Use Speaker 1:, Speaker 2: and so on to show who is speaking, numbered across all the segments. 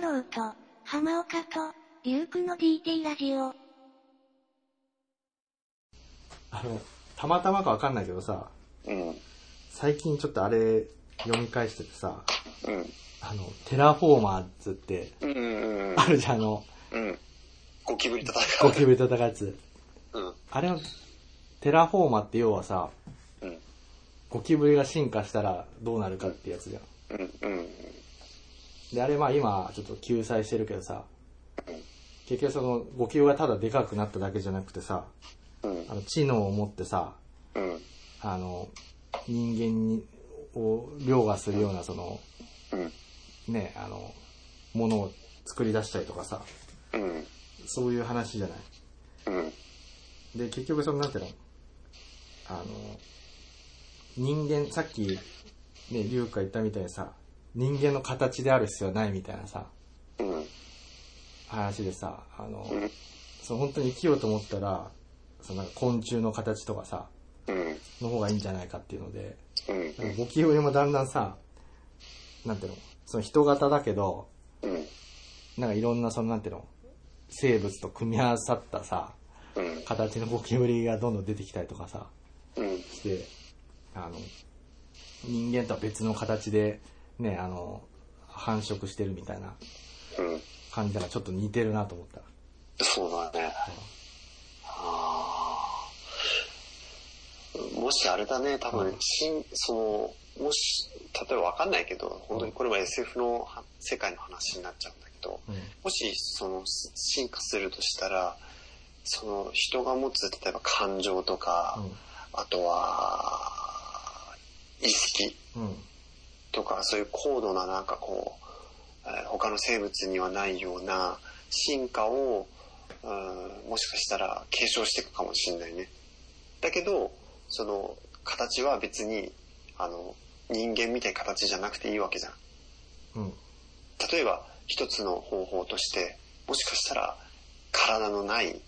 Speaker 1: 郎と、浜岡と、リュウクの DT ラジオ。
Speaker 2: あの、たまたまかわかんないけどさ、
Speaker 3: うん。うん。
Speaker 2: 最近ちょっとあれ読み返しててさ、あの、テラフォーマーズって、
Speaker 3: うん。うん
Speaker 2: あ。るじゃん、あの、
Speaker 3: うん。ゴキブリ戦
Speaker 2: ゴ
Speaker 3: う。
Speaker 2: キブリ戦うやつ。
Speaker 3: うん。
Speaker 2: あれの、テラフォーマーって要はさ、
Speaker 3: うん。
Speaker 2: ゴキブリが進化したらどうなるかってやつじゃん。
Speaker 3: うん。うん。
Speaker 2: で、あれまあ今、ちょっと救済してるけどさ、結局その、ゴキブリがただでかくなっただけじゃなくてさ、
Speaker 3: うん。
Speaker 2: あの、知能を持ってさ、
Speaker 3: うん。
Speaker 2: あの、人間に、を凌駕するような、その、
Speaker 3: うん。
Speaker 2: ね、あの、ものを作り出したりとかさ、
Speaker 3: うん。
Speaker 2: そういう話じゃない。
Speaker 3: うん。
Speaker 2: で、結局その、なんていうのあの、人間、さっき、ね、リュウカ言ったみたいにさ、人間の形である必要はないみたいなさ、
Speaker 3: うん。
Speaker 2: 話でさ、あの、
Speaker 3: うん。
Speaker 2: そう本当に生きようと思ったら、そのなんか昆虫の形とかさ、
Speaker 3: うん。
Speaker 2: の方がいいんじゃないかっていうので、
Speaker 3: うん。
Speaker 2: なんかゴキブリもだんだんさ、なんていうのその人型だけど、
Speaker 3: うん。
Speaker 2: なんかいろんなそのなんていうの生物と組み合わさったさ、
Speaker 3: うん。
Speaker 2: 形のゴキブリがどんどん出てきたりとかさ、
Speaker 3: うん。
Speaker 2: して、あの、人間とは別の形で、ね、あの、繁殖してるみたいな
Speaker 3: うん。
Speaker 2: 感じだからちょっと似てるなと思った。
Speaker 3: そうだね。あーもしあれだね、多分、しん、その、もし、例えばわかんないけど、本当にこれは SF のは世界の話になっちゃうんだけど、
Speaker 2: うん。
Speaker 3: もし、その、す進化するとしたら、その、人が持つ、例えば感情とか、あとは、意識
Speaker 2: うん。うん。
Speaker 3: とか、そういう高度な、なんかこう、えー他の生物にはないような進化を、うんもしかしたら継承していくかもしれないね。だけど、その、形は別に、あの、人間みたいな形じゃなくていいわけじゃん。
Speaker 2: うん。
Speaker 3: 例えば一つの方法としてもしかしたら体のない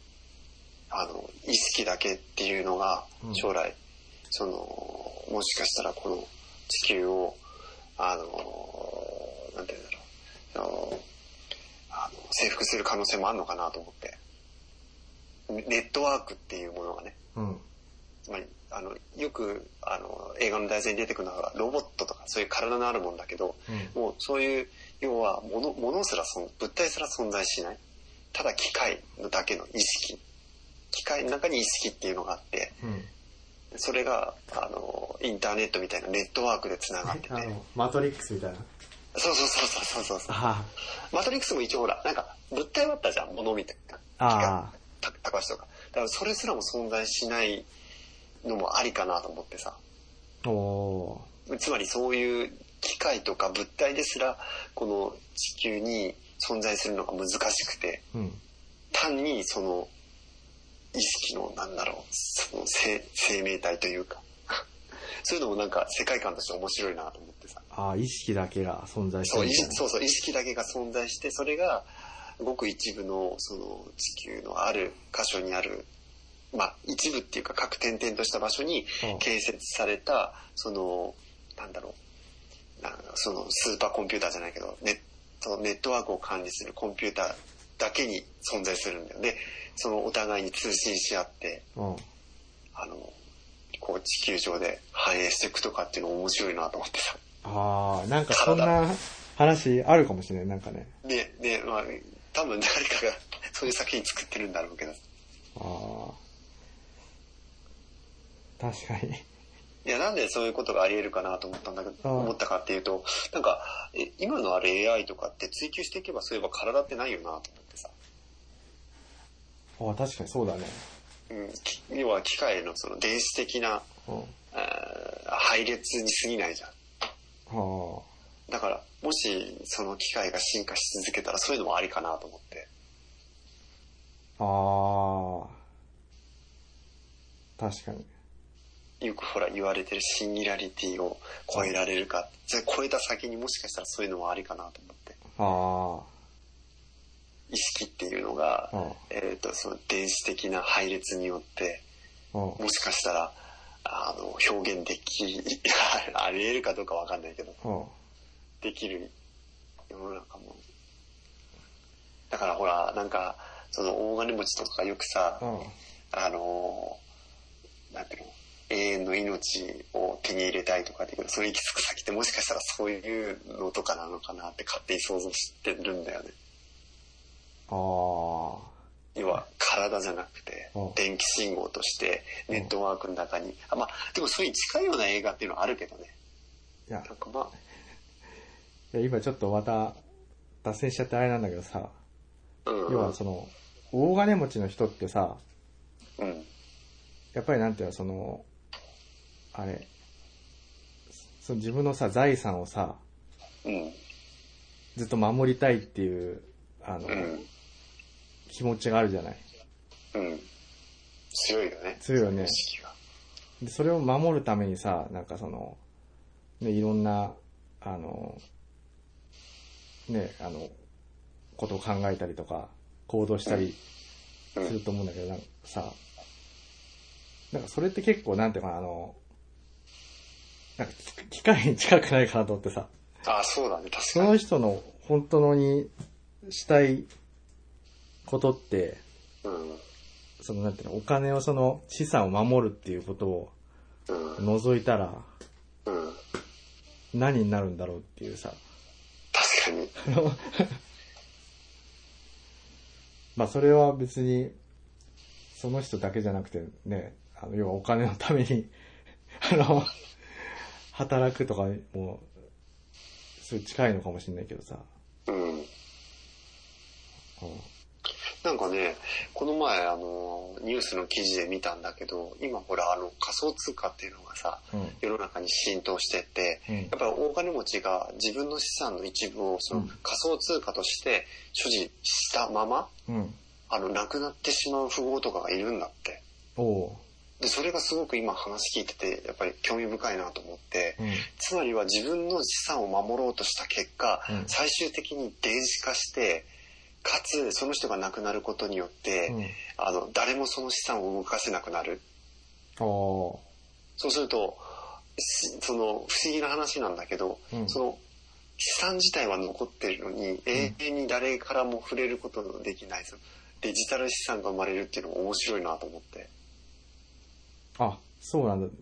Speaker 3: あの意識だけっていうのが
Speaker 2: うん
Speaker 3: 将来、そのもしかしたらこの地球をあのなんて言うんだろうそのあの征服する可能性もあるのかなと思ってネネットワークっていうものがね
Speaker 2: うん。
Speaker 3: つまりあのよくあの映画の題材に出てくるのはロボットとかそういう体のあるもんだけど、
Speaker 2: うん。
Speaker 3: もうそういう、要は物、物すらそん、物体すら存在しない。ただ機械のだけの意識。機械の中に意識っていうのがあって、
Speaker 2: うん。
Speaker 3: それが、あの、インターネットみたいなネットワークで繋がってて
Speaker 2: あ。の、マトリックスみたいな。
Speaker 3: そうそうそうそうそうそう。
Speaker 2: あ
Speaker 3: マトリックスも一応ほら、なんか物体だったじゃん、物みたいな。
Speaker 2: あ。ああ。
Speaker 3: た高橋とか。だからそれすらも存在しないのもありかなと思ってさ。
Speaker 2: お
Speaker 3: つまりそういう機械とか物体ですら、この地球に存在するのが難しくて、
Speaker 2: ー。うん。
Speaker 3: 単にその意識のなんだろうその生生命体というか そういうのもなんか世界観として面白いなと思ってさ
Speaker 2: ああ、意識だけが存在して
Speaker 3: そう
Speaker 2: る
Speaker 3: 意
Speaker 2: みたい
Speaker 3: 識
Speaker 2: な。
Speaker 3: そうそう意識だけが存在してそれがごく一部のその地球のある箇所にあるまあ一部っていうか各点々とした場所に
Speaker 2: うん
Speaker 3: 建設されたそのなんだろうなそのスーパーコンピューターじゃないけどネットネットワークを管理するコンピューターだけに存在するんだよでそのお互いに通信し合って
Speaker 2: うん。
Speaker 3: あのこう地球上で繁栄していくとかっていうの面白いなと思ってさ。
Speaker 2: ああ、なんかそんな話あるかもしれない、なんかね。
Speaker 3: で、で、まあ、多分誰かがそういう作品作ってるんだろうけど。い
Speaker 2: ああ。確かに。
Speaker 3: や、なんでそういうことがあり得るかなと思ったんだけど、
Speaker 2: うん
Speaker 3: 思ったかっていうと、なんか、え今のあれ AI とかって追求していけばそういえば体ってないよなと思ってさ。
Speaker 2: ああ、確かにそうだね。
Speaker 3: うん、き要は機械のその電子的な、
Speaker 2: うん。
Speaker 3: あー配列に過ぎないじゃん。
Speaker 2: あ
Speaker 3: だから、もしその機械が進化し続けたらそういうのもありかなと思って。
Speaker 2: あ。ああ。確かに。
Speaker 3: よくほら言われてるシンギュラリティを超えられるか、じゃあ超えた先にもしかしたらそういうのもありかなと思って。
Speaker 2: あ
Speaker 3: 意識っていうのが、
Speaker 2: あ。うん。
Speaker 3: えー、とその電子的な配列によって
Speaker 2: うん。
Speaker 3: もしかしたらあの表現でき ありえるかどうかわかんないけど
Speaker 2: うん。
Speaker 3: できる世の中もだからほら、なんか、その大金持ちとかがよくさ、
Speaker 2: うん。
Speaker 3: あのー、なんていうの、永遠の命を手に入れたいとかっていう、その行き着く先ってもしかしたらそういうのとかなのかなって勝手に想像してるんだよね。
Speaker 2: あ
Speaker 3: 要は体じゃなくて
Speaker 2: うん、
Speaker 3: 電気信号としてネットワークの中に、あまあ、でもそれに近いような映画っていうのはあるけどね。
Speaker 2: ー。いや
Speaker 3: なん、かまあ、
Speaker 2: いや今ちょっとまた、脱線しちゃってあれなんだけどさ、
Speaker 3: うん。
Speaker 2: 要はその、大金持ちの人ってさ、
Speaker 3: うん。
Speaker 2: やっぱりなんていうの、その、あれ、その自分のさ、財産をさ、
Speaker 3: うん。
Speaker 2: ずっと守りたいっていう、あの、
Speaker 3: うん。
Speaker 2: 気持ちがあるじゃない。
Speaker 3: うん。強いよね。
Speaker 2: 強いよね
Speaker 3: 意識が。
Speaker 2: で、それを守るためにさ、なんかその、ね、いろんな、あの、ね、あの、ことを考えたりとか、行動したり
Speaker 3: う
Speaker 2: する
Speaker 3: ん。
Speaker 2: と思うんだけど、なんかさ、なんかそれって結構、なんていうのかな、あの、なんか機機械に近くないかなと思ってさ、
Speaker 3: ああ、そうだね。確
Speaker 2: そ
Speaker 3: か
Speaker 2: の
Speaker 3: に。
Speaker 2: 人の本当にしたいことって、
Speaker 3: うん。
Speaker 2: そのなんていうの、お金をその資産を守るっていうことを
Speaker 3: うん。
Speaker 2: 除いたら、
Speaker 3: うん。
Speaker 2: 何になるんだろうっていうさ。
Speaker 3: 確かに。
Speaker 2: まあそれは別に、その人だけじゃなくてね、あの、要はお金のために、 あの、働くとかも、そういう近いのかもしれないけどさ。
Speaker 3: うん。
Speaker 2: うん
Speaker 3: なんかね、この前、あの、ニュースの記事で見たんだけど、今ほら、あの、仮想通貨っていうのがさ、
Speaker 2: うん。
Speaker 3: 世の中に浸透してって、
Speaker 2: うん
Speaker 3: やっぱり大金持ちが自分の資産の一部をその
Speaker 2: うん
Speaker 3: 仮想通貨として所持したまま、
Speaker 2: うん。
Speaker 3: あの、亡くなってしまう富豪とかがいるんだって。
Speaker 2: おう。
Speaker 3: で、それがすごく今話聞いてて、やっぱり興味深いなと思って、
Speaker 2: うん。
Speaker 3: つまりは自分の資産を守ろうとした結果、
Speaker 2: うん
Speaker 3: 最終的に電子化して、かつその人が亡くなることによって、
Speaker 2: うん。
Speaker 3: あの、誰もその資産を動かせなくなる。
Speaker 2: お
Speaker 3: そうすると、しその不思議な話なんだけど、
Speaker 2: うん
Speaker 3: その資産自体は残ってるのに、永遠に誰からも触れることのできないそのデジタル資産が生まれるっていうのも面白いなと思って。
Speaker 2: あ、そうなんだ。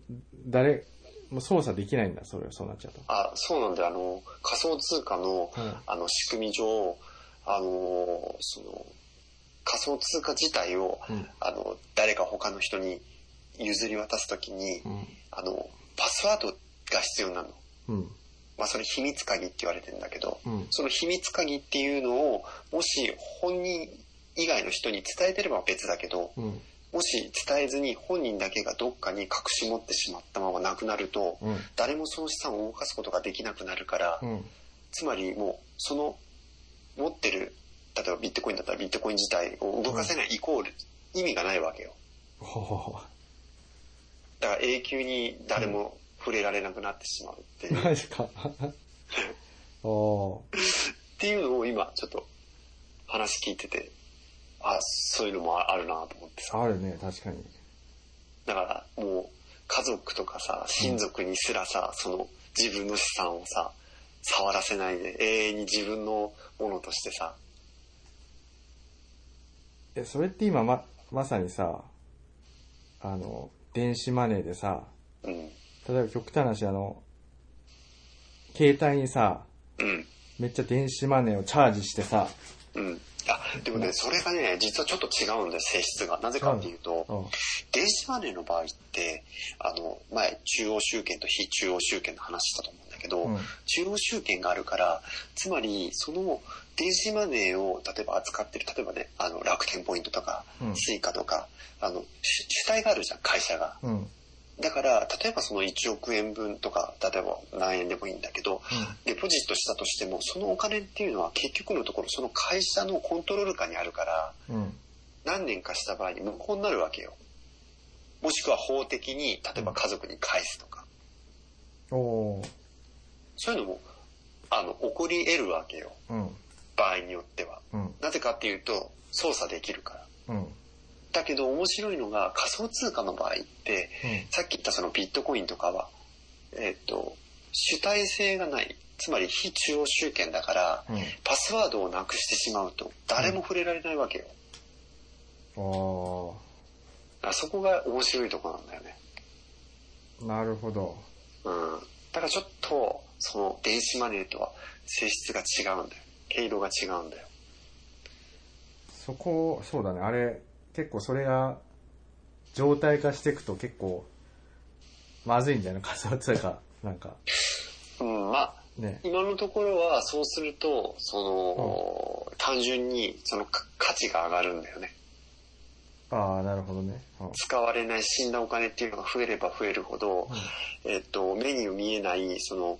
Speaker 2: 誰、もう操作できないんだ、それ、そうなっちゃうと。
Speaker 3: あ、そうなんで、あの、仮想通貨の、
Speaker 2: うん
Speaker 3: あの、仕組み上、あの、その、仮想通貨自体を、
Speaker 2: うん
Speaker 3: あの、誰か他の人に譲り渡すときに、
Speaker 2: うん。
Speaker 3: あの、パスワードが必要なの。
Speaker 2: うん。
Speaker 3: まあ、それ秘密鍵って言われてんだけど、
Speaker 2: うん
Speaker 3: その秘密鍵っていうのをもし本人以外の人に伝えてれば別だけど
Speaker 2: うん。
Speaker 3: もし伝えずに本人だけがどっかに隠し持ってしまったまま亡くなると、
Speaker 2: うん。
Speaker 3: 誰もその資産を動かすことができなくなるから、
Speaker 2: うん。
Speaker 3: つまりもうその持ってる例えばビットコインだったらビットコイン自体を動かせないイコール意味がないわけよ
Speaker 2: ほほほ。
Speaker 3: だから永久に誰も触れられなくなってしまうっていう
Speaker 2: マジか。 おー
Speaker 3: っていうのを今ちょっと話聞いてて、あ、そういうのもあるなと思ってさ。
Speaker 2: あるね、確かに。
Speaker 3: だからもう家族とかさ、親族にすらさ、その自分の資産をさ、触らせないで永遠に自分のものとしてさ、
Speaker 2: え、それって今ま、まさにさ、あの、電子マネーでさ、
Speaker 3: うん、
Speaker 2: 例えば極端な話、あの、携帯にさ、
Speaker 3: うん、
Speaker 2: めっちゃ電子マネーをチャージしてさ、
Speaker 3: うん。あ、でもね、それがね、実はちょっと違うんだよ、性質が。なぜかっていうと、
Speaker 2: うん。
Speaker 3: 電子マネーの場合って、あの、前、中央集権と非中央集権の話したと思うんだけど、
Speaker 2: うん
Speaker 3: 中央集権があるから、つまり、その電子マネーを例えば扱ってる、例えばね、あの、楽天ポイントとか
Speaker 2: う、ん
Speaker 3: スイカとか、あの、主主体があるじゃん、会社が。
Speaker 2: うん。
Speaker 3: だから、例えばその1億円分とか、例えば何円でもいいんだけど、デポジットしたとしても、そのお金っていうのは結局のところ、その会社のコントロール下にあるから、
Speaker 2: うん。
Speaker 3: 何年かした場合に無効になるわけよ。もしくは法的に、例えば家族に返すとか、
Speaker 2: おー
Speaker 3: そういうのも、あの、起こり得るわけよ。
Speaker 2: うん。
Speaker 3: 場合によっては。
Speaker 2: うん。
Speaker 3: なぜかっていうと、操作できるから。
Speaker 2: うん。
Speaker 3: だけど面白いのが仮想通貨の場合って、
Speaker 2: うん
Speaker 3: さっき言ったそのビットコインとかは、えっ、と、主体性がない。つまり非中央集権だから、
Speaker 2: うん
Speaker 3: パスワードをなくしてしまうと誰も触れられないわけよ。
Speaker 2: あ
Speaker 3: だからそこが面白いところなんだよね。
Speaker 2: あ、なるほど。
Speaker 3: うん。だからちょっと、その電子マネーとは性質が違うんだよ。毛色が違うんだよ。
Speaker 2: そこ、そうだね。あれ、結構それが、状態化していくと結構、まずいんだよね。仮想通貨、なんか。
Speaker 3: うん、まあ、
Speaker 2: ね。
Speaker 3: 今のところはそうすると、その、単純にそのか価値が上がるんだよね。
Speaker 2: ああ、なるほどね。うん
Speaker 3: 使われない死んだお金っていうのが増えれば増えるほど、えっと、目に見えない、その、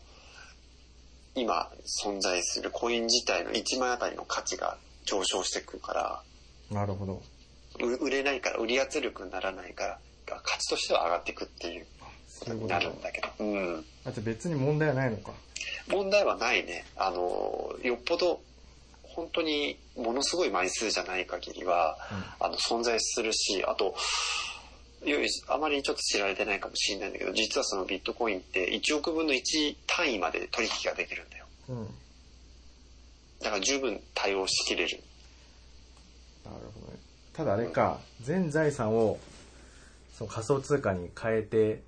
Speaker 3: 今存在するコイン自体の1枚あたりの価値が上昇してくるから、
Speaker 2: なるほど。
Speaker 3: う売れないから、売り圧力にならないから、価値としては上がっていくっていう、
Speaker 2: そういうこと
Speaker 3: な
Speaker 2: だ
Speaker 3: るんだけど。うん。
Speaker 2: あと別に問題はないのか。
Speaker 3: 問題はないね。あの、よっぽど、本当にものすごい枚数じゃない限りは、あの、存在するし、あと、よいあまりちょっと知られてないかもしれないんだけど、実はそのビットコインって1億分の1単位まで取引ができるんだよ。
Speaker 2: うん。なる
Speaker 3: だから十分対応しきれる。
Speaker 2: ほどね。ただあれか、全財産を、その仮想通貨に変えて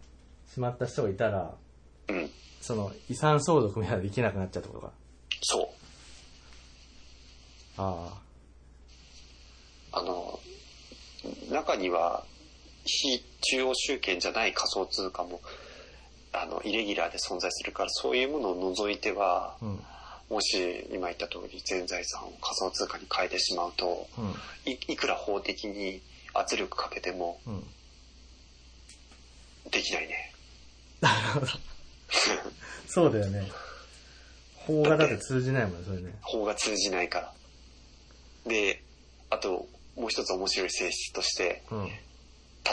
Speaker 2: しまった人がいたら、
Speaker 3: うん。
Speaker 2: その遺産相続みたいなのできなくなっちゃったことか。
Speaker 3: そう。
Speaker 2: あ
Speaker 3: あの、中には、非中央集権じゃない仮想通貨も、あの、イレギュラーで存在するから、そういうものを除いては
Speaker 2: あ、、うん。
Speaker 3: もし今言った通り全財産を仮想通貨に変えてしまうと、
Speaker 2: うん。
Speaker 3: いいくら法的に圧力かけても
Speaker 2: うん。
Speaker 3: できないね。
Speaker 2: そうだよね。法がだって通じないもんね、それね。
Speaker 3: 法が通じないから。で、あと、もう一つ面白い性質として、
Speaker 2: うん。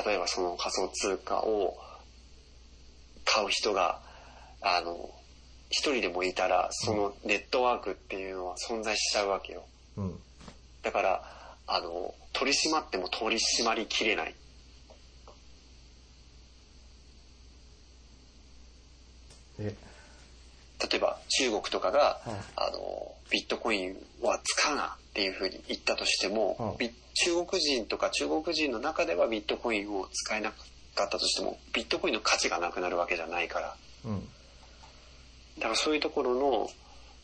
Speaker 3: 例えばその仮想通貨を買う人が、あの、一人でもいたら、そのネットワークっていうのは存在しちゃうわけよ。
Speaker 2: うん。
Speaker 3: だから、あの、取り締まっても取り締まりきれない。
Speaker 2: え、
Speaker 3: 例えば中国とかが、
Speaker 2: うん
Speaker 3: あの、ビットコインは使うなっていうふうに言ったとして
Speaker 2: う
Speaker 3: も
Speaker 2: ん、
Speaker 3: ビ中国人とか中国人の中ではビットコインを使えなかったとしても、ビットコインの価値がなくなるわけじゃないから。
Speaker 2: うん。
Speaker 3: だからそういうところの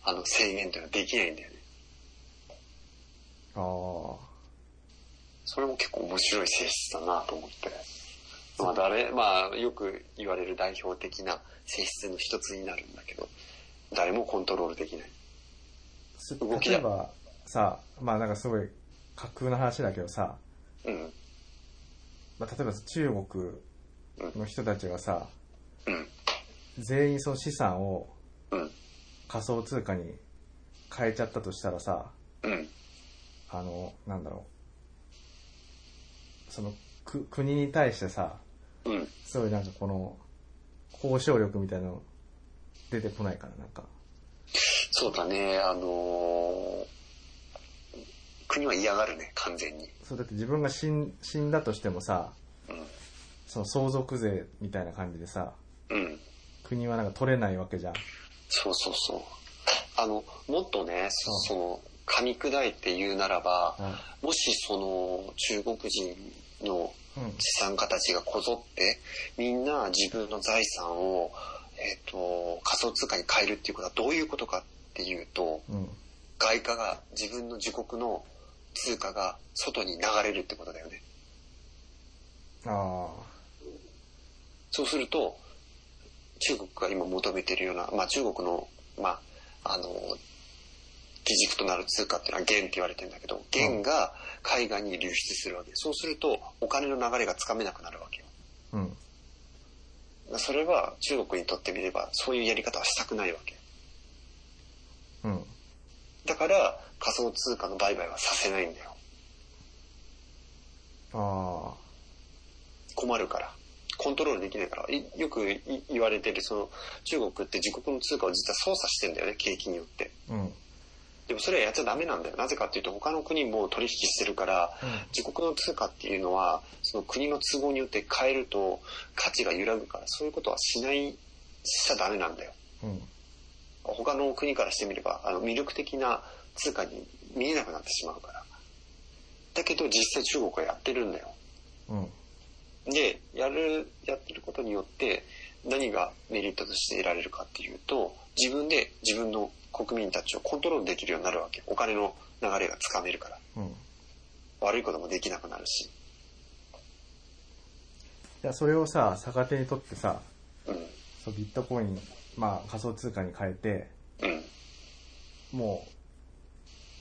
Speaker 3: あの制限というのはできないんだよね。
Speaker 2: ああ。
Speaker 3: それも結構面白い性質だなと思って。まあ誰、まあよく言われる代表的な性質の一つになるんだけど、誰もコントロールできない。
Speaker 2: す
Speaker 3: 動き
Speaker 2: 例
Speaker 3: だ
Speaker 2: えばさ、まあなんかすごい架空の話だけどさ、
Speaker 3: うん、
Speaker 2: まあ、例えば中国の人たちがさ、
Speaker 3: うん、
Speaker 2: 全員その資産を
Speaker 3: うん、
Speaker 2: 仮想通貨に変えちゃったとしたらさ、
Speaker 3: うん、
Speaker 2: あの、なんだろう。その、く、国に対してさ、
Speaker 3: うん。
Speaker 2: すごいなんかこの、交渉力みたいなの出てこないから、なんか。
Speaker 3: そうだね、あのー国は嫌がるね、完全に。
Speaker 2: そう、だって自分が死ん死んだとしてもさ、その相続税みたいな感じでさ、
Speaker 3: うん。
Speaker 2: 国はなんか取れないわけじゃん。
Speaker 3: そうそうそう。あの、もっとね、そその、噛み砕いて言うならば、もしその中国人の
Speaker 2: うん。
Speaker 3: 資産家たちがこぞってみんな自分の財産を、えっと仮想通貨に変えるっていうことはどういうことかっていうと
Speaker 2: うん。
Speaker 3: 外貨が自分の自国の通貨が外に流れるってことだよね。
Speaker 2: あ
Speaker 3: そうすると中国が今求めてるような、まあ、中国の,、まあ、あの基軸となる通貨っていうのは元って言われてるんだけど元が海外に流出するわけそうするとお金の流れがつかめなくなるわけよ。
Speaker 2: あ。うん。
Speaker 3: それは中国にとってみればそういうやり方はしたくないわけ。
Speaker 2: うん。
Speaker 3: だから仮想通貨の売買はさせないんだよ。
Speaker 2: ああ。
Speaker 3: 困るから。コントロールできないから。いよくい言われてるその中国って自国の通貨を実は操作してんだよね、景気によって。
Speaker 2: うん。
Speaker 3: でもそれはやっちゃダメなんだよ。なぜかっていうと他の国も取引してるから、
Speaker 2: うん
Speaker 3: 自国の通貨っていうのはその国の都合によって変えると価値が揺らぐから、そういうことはしない、しちゃダメなんだよ。
Speaker 2: うん。
Speaker 3: 他の国からしてみればあの魅力的な通貨に見えなくなってしまうからだけど実際中国はやってるんだよ
Speaker 2: うん。
Speaker 3: でやるやってることによって何がメリットとして得られるかっていうと自分で自分の国民たちをコントロールできるようになるわけお金の流れがつかめるから
Speaker 2: うん。い
Speaker 3: 悪いこともできなくなるし、
Speaker 2: や、それをさ、逆手にとってさ、
Speaker 3: うん
Speaker 2: そうビットコイン、まあ仮想通貨に変えて、
Speaker 3: うん、
Speaker 2: も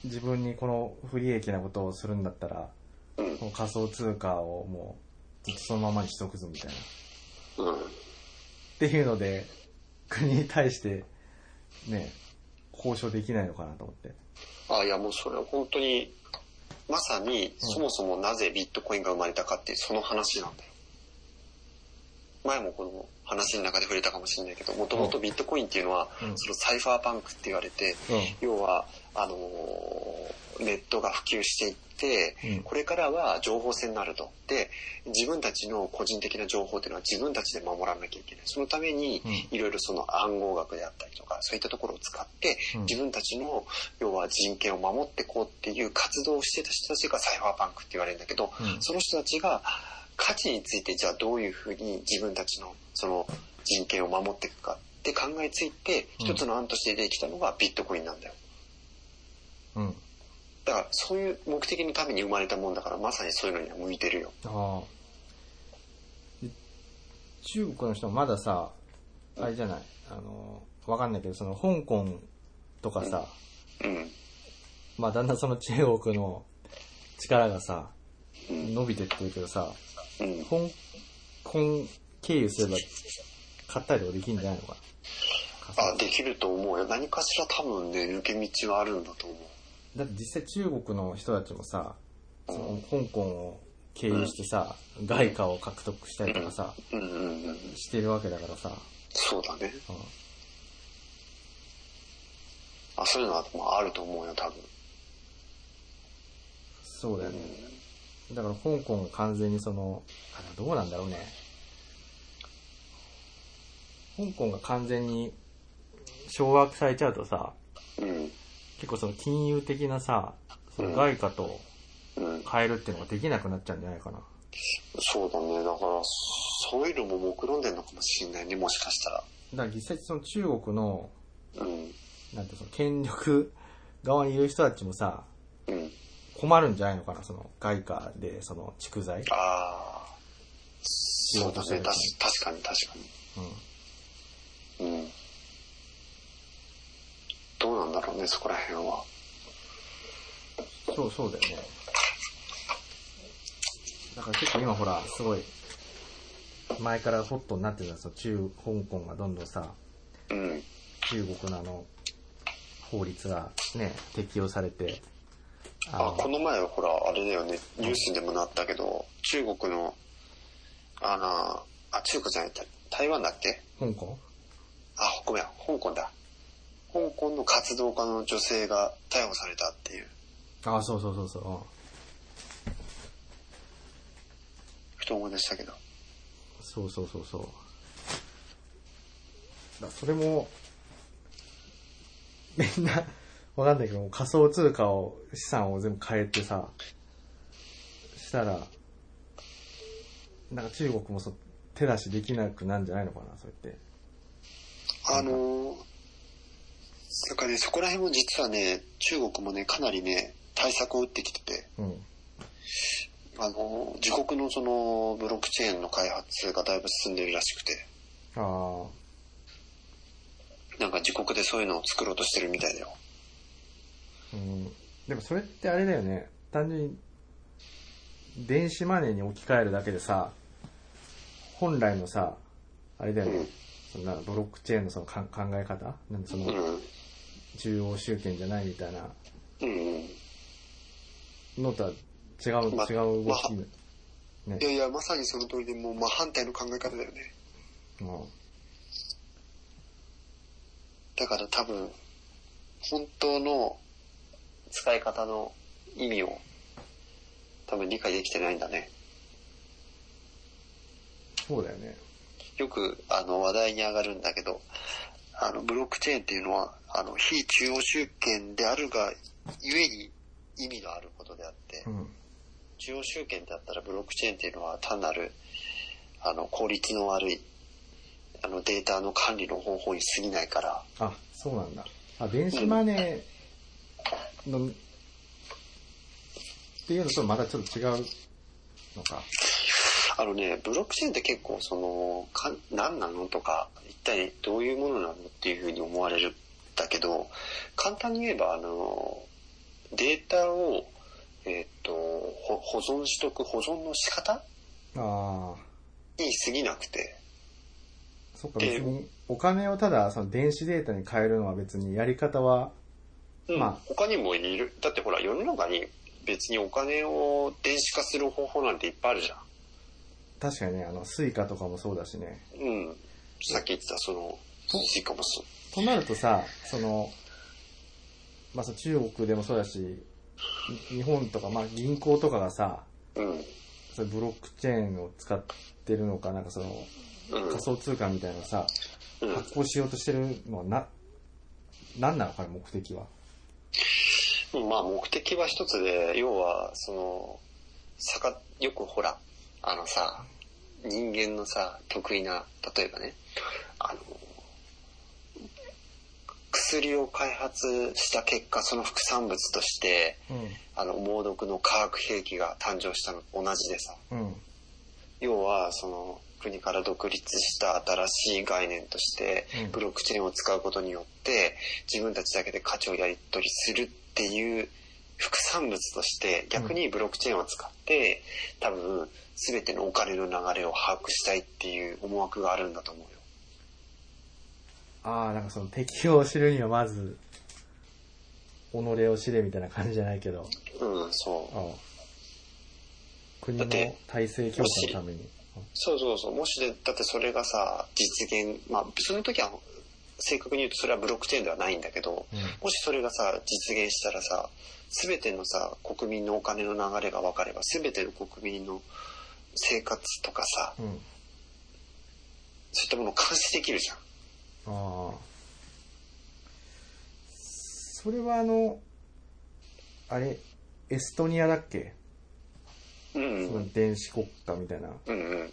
Speaker 2: う、自分にこの不利益なことをするんだったら、
Speaker 3: うん
Speaker 2: もう仮想通貨をもう、ずっとそのままにしとくぞみたいな。っ
Speaker 3: うん、
Speaker 2: ていうので、 国に対して、ね、交渉できないのかなと思って。
Speaker 3: あいやもうそれは本当にまさに
Speaker 2: うん
Speaker 3: そもそもなぜビットコインが生まれたかっていうその話なんだよ前もこの話の中で触れたかもしれないけどもともとビットコインっていうのは、
Speaker 2: うん
Speaker 3: そのサイファーパンクって言われて、
Speaker 2: う
Speaker 3: 要はあのーネットが普及していって、
Speaker 2: うん
Speaker 3: これからは情報戦になるとで自分たちの個人的な情報っていうのは自分たちで守らなきゃいけないそのために
Speaker 2: うん
Speaker 3: いろいろその暗号学であったりとかそういったところを使って
Speaker 2: うん
Speaker 3: 自分たちの要は人権を守ってこうっていう活動をしてた人たちがサイファーパンクって言われるんだけど、
Speaker 2: うん
Speaker 3: その人たちが価値についてじゃあどういうふうに自分たちのその人権を守っていくかって考えついて
Speaker 2: うん
Speaker 3: 一つの案としてできたのがビットコインなんだよ。
Speaker 2: うん。
Speaker 3: だからそういう目的のために生まれたもんだからまさにそういうのには向いてるよ。
Speaker 2: ああ。で中国の人はまださ、あれじゃない、あの、わかんないけど、その香港とかさ、
Speaker 3: うん。
Speaker 2: まあだんだんその中国の力がさ、
Speaker 3: うん。
Speaker 2: 伸びてってるけどさ、
Speaker 3: うん。
Speaker 2: 香港経由すれば買ったりとかできるんじゃないのかな。
Speaker 3: あ、できると思うよ。何かしら多分ね、抜け道はあるんだと思う。
Speaker 2: だって実際中国の人たちもさ、その香港を経由してさ、外貨を獲得したりとかさ、
Speaker 3: うんうんうん。
Speaker 2: してるわけだからさ、
Speaker 3: そうだね。
Speaker 2: うん
Speaker 3: あ、そういうのはまああると思うよ、多分。
Speaker 2: そうだよ
Speaker 3: う
Speaker 2: ね。
Speaker 3: ん
Speaker 2: だから香港が完全にその、あどうなんだろうね。香港が完全に掌握されちゃうとさ、
Speaker 3: うん。
Speaker 2: 結構その金融的なさ、その外貨と
Speaker 3: うん。
Speaker 2: 変えるっていうのができなくなっちゃうんじゃないかな。
Speaker 3: そうだね。だから、そういうのも目論んでるのかもしれないね、もしかしたら。
Speaker 2: だから実際その中国の、
Speaker 3: うん。
Speaker 2: なんていうのその権力側にいる人たちもさ、
Speaker 3: うん。
Speaker 2: 困るんじゃないのかな、その外貨でその蓄財。
Speaker 3: ああ。そうだね。確確かに確かに。
Speaker 2: う
Speaker 3: うんどうなんだろうね、そこら辺は。
Speaker 2: ん。そう、そうだよね。だから結構今ほら、すごい、前からホットになってたその中、香港がどんどんさ、
Speaker 3: うん。
Speaker 2: 中国のあの、法律がね、適用されて、
Speaker 3: あ、こ
Speaker 2: の、
Speaker 3: の前、ほら、あれだよね、ニュースでもなったけど、中国の、あの、あ、中国じゃない、台湾だっけ
Speaker 2: 香港
Speaker 3: あ、ごめん、香港だ。香港の活動家の女性が逮捕されたっていう。
Speaker 2: あ、そうそうそうそう。うん
Speaker 3: ふと思い出したけど。
Speaker 2: そうそうそうそう。だそれも、みんな、わかんないけど、仮想通貨を、資産を全部変えてさ、したら、なんか中国もそう手出しできなくなんじゃないのかな、そうやって。
Speaker 3: あのー、なんかね、そこら辺も実はね、中国もね、かなりね、対策を打ってきてて、
Speaker 2: うん。
Speaker 3: あの、自国のそのブロックチェーンの開発がだいぶ進んでるらしくて、
Speaker 2: あ
Speaker 3: なんか自国でそういうのを作ろうとしてるみたいだよ。
Speaker 2: あ、うん。でもそれってあれだよね、単純に、電子マネーに置き換えるだけでさ、本来のさ、あれだよね、
Speaker 3: うん
Speaker 2: そんなブロックチェーンのそのかん考え方なんでその
Speaker 3: うん。
Speaker 2: 中央集権じゃないみたいな
Speaker 3: うん。
Speaker 2: のとは違う、
Speaker 3: ま
Speaker 2: 違う動
Speaker 3: ま
Speaker 2: き、ね
Speaker 3: いやいや、まさにその通りで、もう真反対の考え方だよね。
Speaker 2: うん
Speaker 3: だから多分、本当の使い方の意味を多分理解できてないんだね。
Speaker 2: そうだよね。
Speaker 3: よくあの話題に上がるんだけど、あの、ブロックチェーンっていうのは、あの、非中央集権であるが、ゆえに意味のあることであって、
Speaker 2: うん。
Speaker 3: 中央集権だったらブロックチェーンっていうのは単なる、あの、効率の悪い、あの、データの管理の方法に過ぎないから、
Speaker 2: あ、そうなんだ。あ、電子マネーの、っていうのとまたちょっと違うのか。
Speaker 3: あのね、ブロックチェーンって結構その、か何なのとか、一体どういうものなのっていうふうに思われるんだけど、簡単に言えば、あの、データを、えっと、ほ保存しとく保存の仕方
Speaker 2: ああ。
Speaker 3: に過ぎなくて、
Speaker 2: そっか、別に、お金をただ、その電子データに変えるのは別にやり方は、
Speaker 3: うん
Speaker 2: まあ
Speaker 3: 他にもいる、だってほら、世の中に別にお金を電子化する方法なんていっぱいあるじゃん。
Speaker 2: 確かにね、あの、スイカとかもそうだしね。
Speaker 3: うん。さっき言ってた、その、
Speaker 2: そう
Speaker 3: スイカもそう。
Speaker 2: となるとさ、その、まあ、その中国でもそうだし、に日本とか、まあ、銀行とかがさ、
Speaker 3: うん。
Speaker 2: それブロックチェーンを使ってるのか、なんかその、
Speaker 3: うん。
Speaker 2: 仮想通貨みたいなのさ、
Speaker 3: うん
Speaker 2: 発行しようとしてるのはな、なんなのかね、目的は。
Speaker 3: まあ目的は一つで、要は、その、さか、よくほら、あのさ、人間のさ、得意な、例えばね、あの、薬を開発した結果、その副産物として、
Speaker 2: う
Speaker 3: あの、猛毒の化学兵器が誕生したのと同じでさ、
Speaker 2: ん。うん。
Speaker 3: 要は、その、国から独立した新しい概念として
Speaker 2: うん、
Speaker 3: ブロックチェーンを使うことによって、自分たちだけで価値をやり取りするっていう副産物として、逆にブロックチェーンを使って、多分、すべてのお金の流れを把握したいっていう思惑があるんだと思うよ。
Speaker 2: ああ、なんかその敵を知るにはまず、己を知れみたいな感じじゃないけど、
Speaker 3: うん、そう。
Speaker 2: ああ国
Speaker 3: だ
Speaker 2: の
Speaker 3: って
Speaker 2: 体制強化のために。
Speaker 3: そうそうそう。もしで、だってそれがさ、実現、まあ、その時は、正確に言うとそれはブロックチェーンではないんだけど、
Speaker 2: うん
Speaker 3: もしそれがさ、実現したらさ、すべてのさ、国民のお金の流れが分かれば、すべての国民の生活とかさ、
Speaker 2: うん。
Speaker 3: そういったものを監視できるじゃん。
Speaker 2: ああ。それはあの、あれ、エストニアだっけ、
Speaker 3: うん
Speaker 2: そうの
Speaker 3: ん。
Speaker 2: 電子国家みたいな。
Speaker 3: うんうん。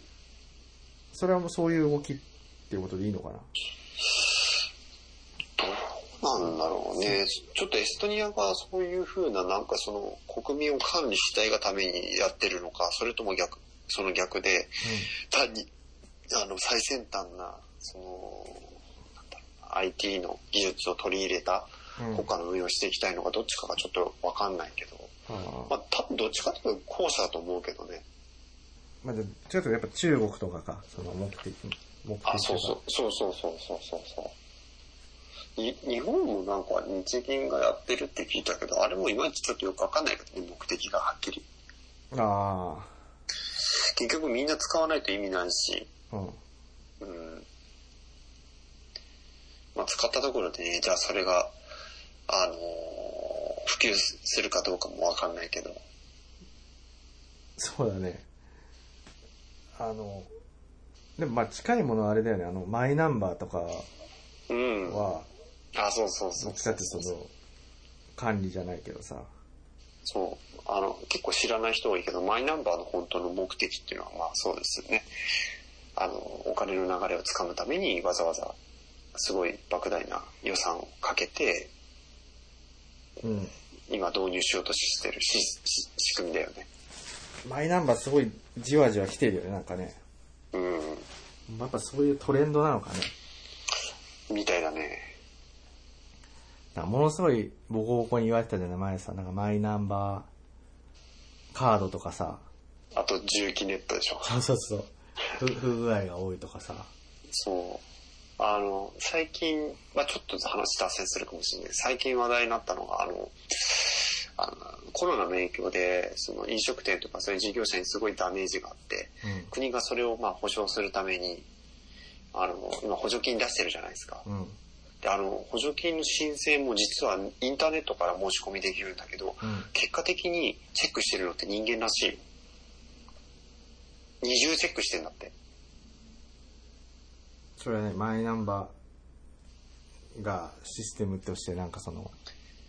Speaker 2: それはもうそういう動きっていうことでいいのかな
Speaker 3: どうなんだろうね。ちょっとエストニアがそういうふうな、なんかその、国民を管理したいがためにやってるのか、それとも逆、その逆で、単にあの最先端なそのなんだろうな IT の技術を取り入れた
Speaker 2: うん。うん。
Speaker 3: 国家の運用をしていきたいのかどっちかがちょっと分かんないけど、
Speaker 2: あ
Speaker 3: ま
Speaker 2: あ
Speaker 3: あ、多分どっちかというと後者だと思うけどね
Speaker 2: まあ、じゃあちょっとやっぱ中国とかか、その目的、目的とか
Speaker 3: あそうそうそうそうそうそうそうそうに日本もなんか日銀がやってるって聞いたけどあれもいまいちちょっとよく分かんないけどね目的がはっきり
Speaker 2: あ
Speaker 3: 結局みんな使わないと意味ないし
Speaker 2: あ。うん。
Speaker 3: うんまあ、使ったところでね、じゃあそれが、あのー普及するかどうかもわかんないけど。
Speaker 2: そうだね。あの、でもまあ近いものはあれだよね、あの、マイナンバーとか
Speaker 3: うん。
Speaker 2: は、
Speaker 3: あ、そうそうそ
Speaker 2: ど
Speaker 3: う
Speaker 2: っ。ちかってその、管理じゃないけどさ。
Speaker 3: そう。あの、結構知らない人多いけど、マイナンバーの本当の目的っていうのは、まあそうですよね。あの、お金の流れをつかむためにわざわざ、すごい莫大な予算をかけて、
Speaker 2: うん。
Speaker 3: 今導入しようとしてるしし仕組みだよね。
Speaker 2: マイナンバーすごいじわじわ来てるよね、なんかね。
Speaker 3: うん。
Speaker 2: やっぱそういうトレンドなのかね。
Speaker 3: みたいだね。
Speaker 2: なんかものすごいボコボコに言われてたじゃない、前さ。なんかマイナンバーカードとかさ。
Speaker 3: あと、重機ネットでしょ。
Speaker 2: そうそうそう。不不具合が多いとかさ。
Speaker 3: そう。あの、最近、まあちょっと話脱線するかもしれない。最近話題になったのが、あの、あのコロナの影響で、その飲食店とかそういう事業者にすごいダメージがあって、
Speaker 2: う
Speaker 3: 国がそれをまあ保証するために、あの、今補助金出してるじゃないですか。
Speaker 2: ん。うん。
Speaker 3: で、あの、補助金の申請も実はインターネットから申し込みできるんだけど、
Speaker 2: うん。
Speaker 3: 結果的にチェックしてるのって人間らしいよ。二重チェックしてんだって。
Speaker 2: それはね、マイナンバがシステムとしてなんかその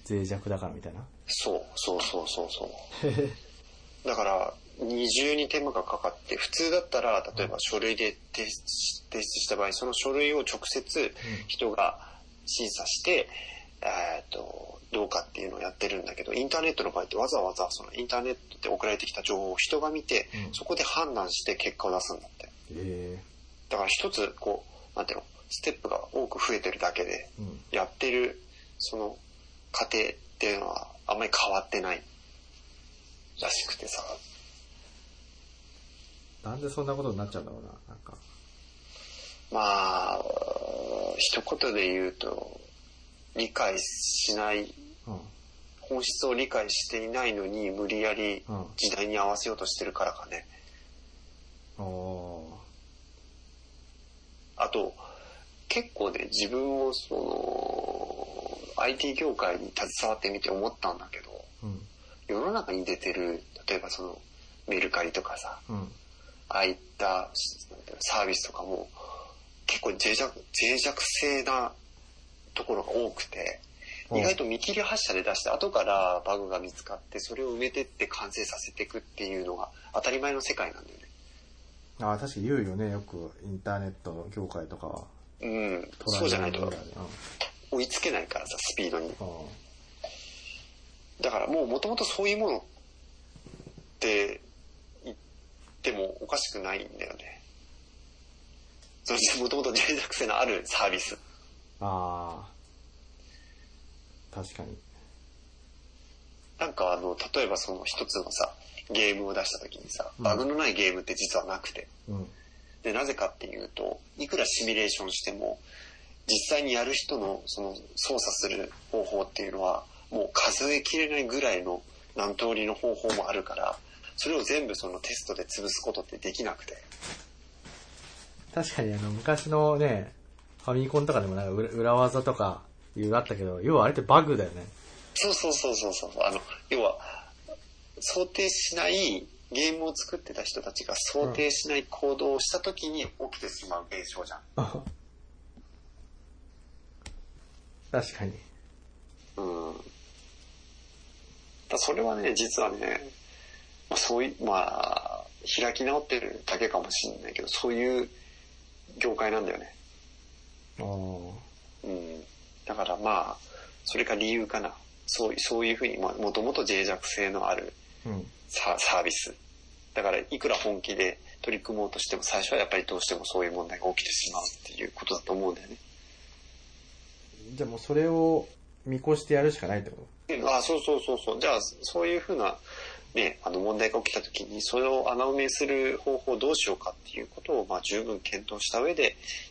Speaker 2: 脆弱だからみたいな。
Speaker 3: そうそうそうそうそう。だから、二重に手間がかかって、普通だったら、例えば書類で提出し提出した場合、その書類を直接人が審査して、えーっと、どうかっていうのをやってるんだけど、インターネットの場合ってわざわざそのインターネットで送られてきた情報を人が見て
Speaker 2: う、ん
Speaker 3: そこで判断して結果を出すんだって。
Speaker 2: え
Speaker 3: だから一つ、こう、なんていうの、ステップが多く増えてるだけで、
Speaker 2: えうん。
Speaker 3: やってるその過程っていうのはあんまり変わってないらしくてさ
Speaker 2: なんでそんなことになっちゃうんだろうな。なんか。
Speaker 3: まあ一言で言うと理解しない
Speaker 2: うん。
Speaker 3: 本質を理解していないのに無理やり
Speaker 2: うん
Speaker 3: 時代に合わせようとしてるからかね
Speaker 2: お
Speaker 3: あと結構ね自分をその IT 業界に携わってみて思ったんだけど
Speaker 2: ー。うん。
Speaker 3: 世の中に出てる例えばそのメルカリとかさ
Speaker 2: うん。
Speaker 3: ああいったしなんていうのサービスとかも結構脆弱脆弱性なところが多くて
Speaker 2: うん
Speaker 3: 意外と見切り発車で出して後からバグが見つかってそれを埋めてって完成させていくっていうのが当たり前の世界なんだよね。
Speaker 2: ああ、確かに言うよね。よくインターネット業界とかは。
Speaker 3: うん、そうじゃない
Speaker 2: うん。
Speaker 3: と追いつけないからさスピードに
Speaker 2: うん
Speaker 3: だからもうもともとそういうものって言ってもおかしくないんだよねそれもともと脆弱性のあるサービス
Speaker 2: ああ。確かに。
Speaker 3: なんかあの、例えばその一つのさ、ゲームを出した時にさ、バグのないゲームって実はなくて。
Speaker 2: うん。
Speaker 3: で、なぜかっていうと、いくらシミュレーションしても、実際にやる人のその操作する方法っていうのは、もう数えきれないぐらいの何通りの方法もあるから、それを全部そのテストで潰すことってできなくて。
Speaker 2: 確かにあの、昔のね、ファミコンとかでもなんか裏裏技とかいうのあったけど、要はあれってバグだよね。
Speaker 3: そうそうそうそうそう。あの、要は、想定しない、ゲームを作ってた人たちが想定しない行動をした時に起きてしまう現象じゃ ん。
Speaker 2: 確かに。
Speaker 3: うん。だそれはね、実はね、まあ、そういう、まあ、開き直ってるだけかもしれないけど、そういう業界なんだよね。
Speaker 2: あー
Speaker 3: うん。だからまあ、それが理由かな。そういう、そういうふうに、まあ、もともと脆弱性のある
Speaker 2: うん。
Speaker 3: ササービス。だから、いくら本気で取り組もうとしても、最初はやっぱりどうしてもそういう問題が起きてしまうっていうことだと思うんだよね。
Speaker 2: じゃあもうそれを見越してやるしかないってこ
Speaker 3: あそうそうそうそうじゃあそういうふうな、ね、あの問題が起きた時にそれを穴埋めする方法をどうしようかっていうことをまあ十分検討した上でや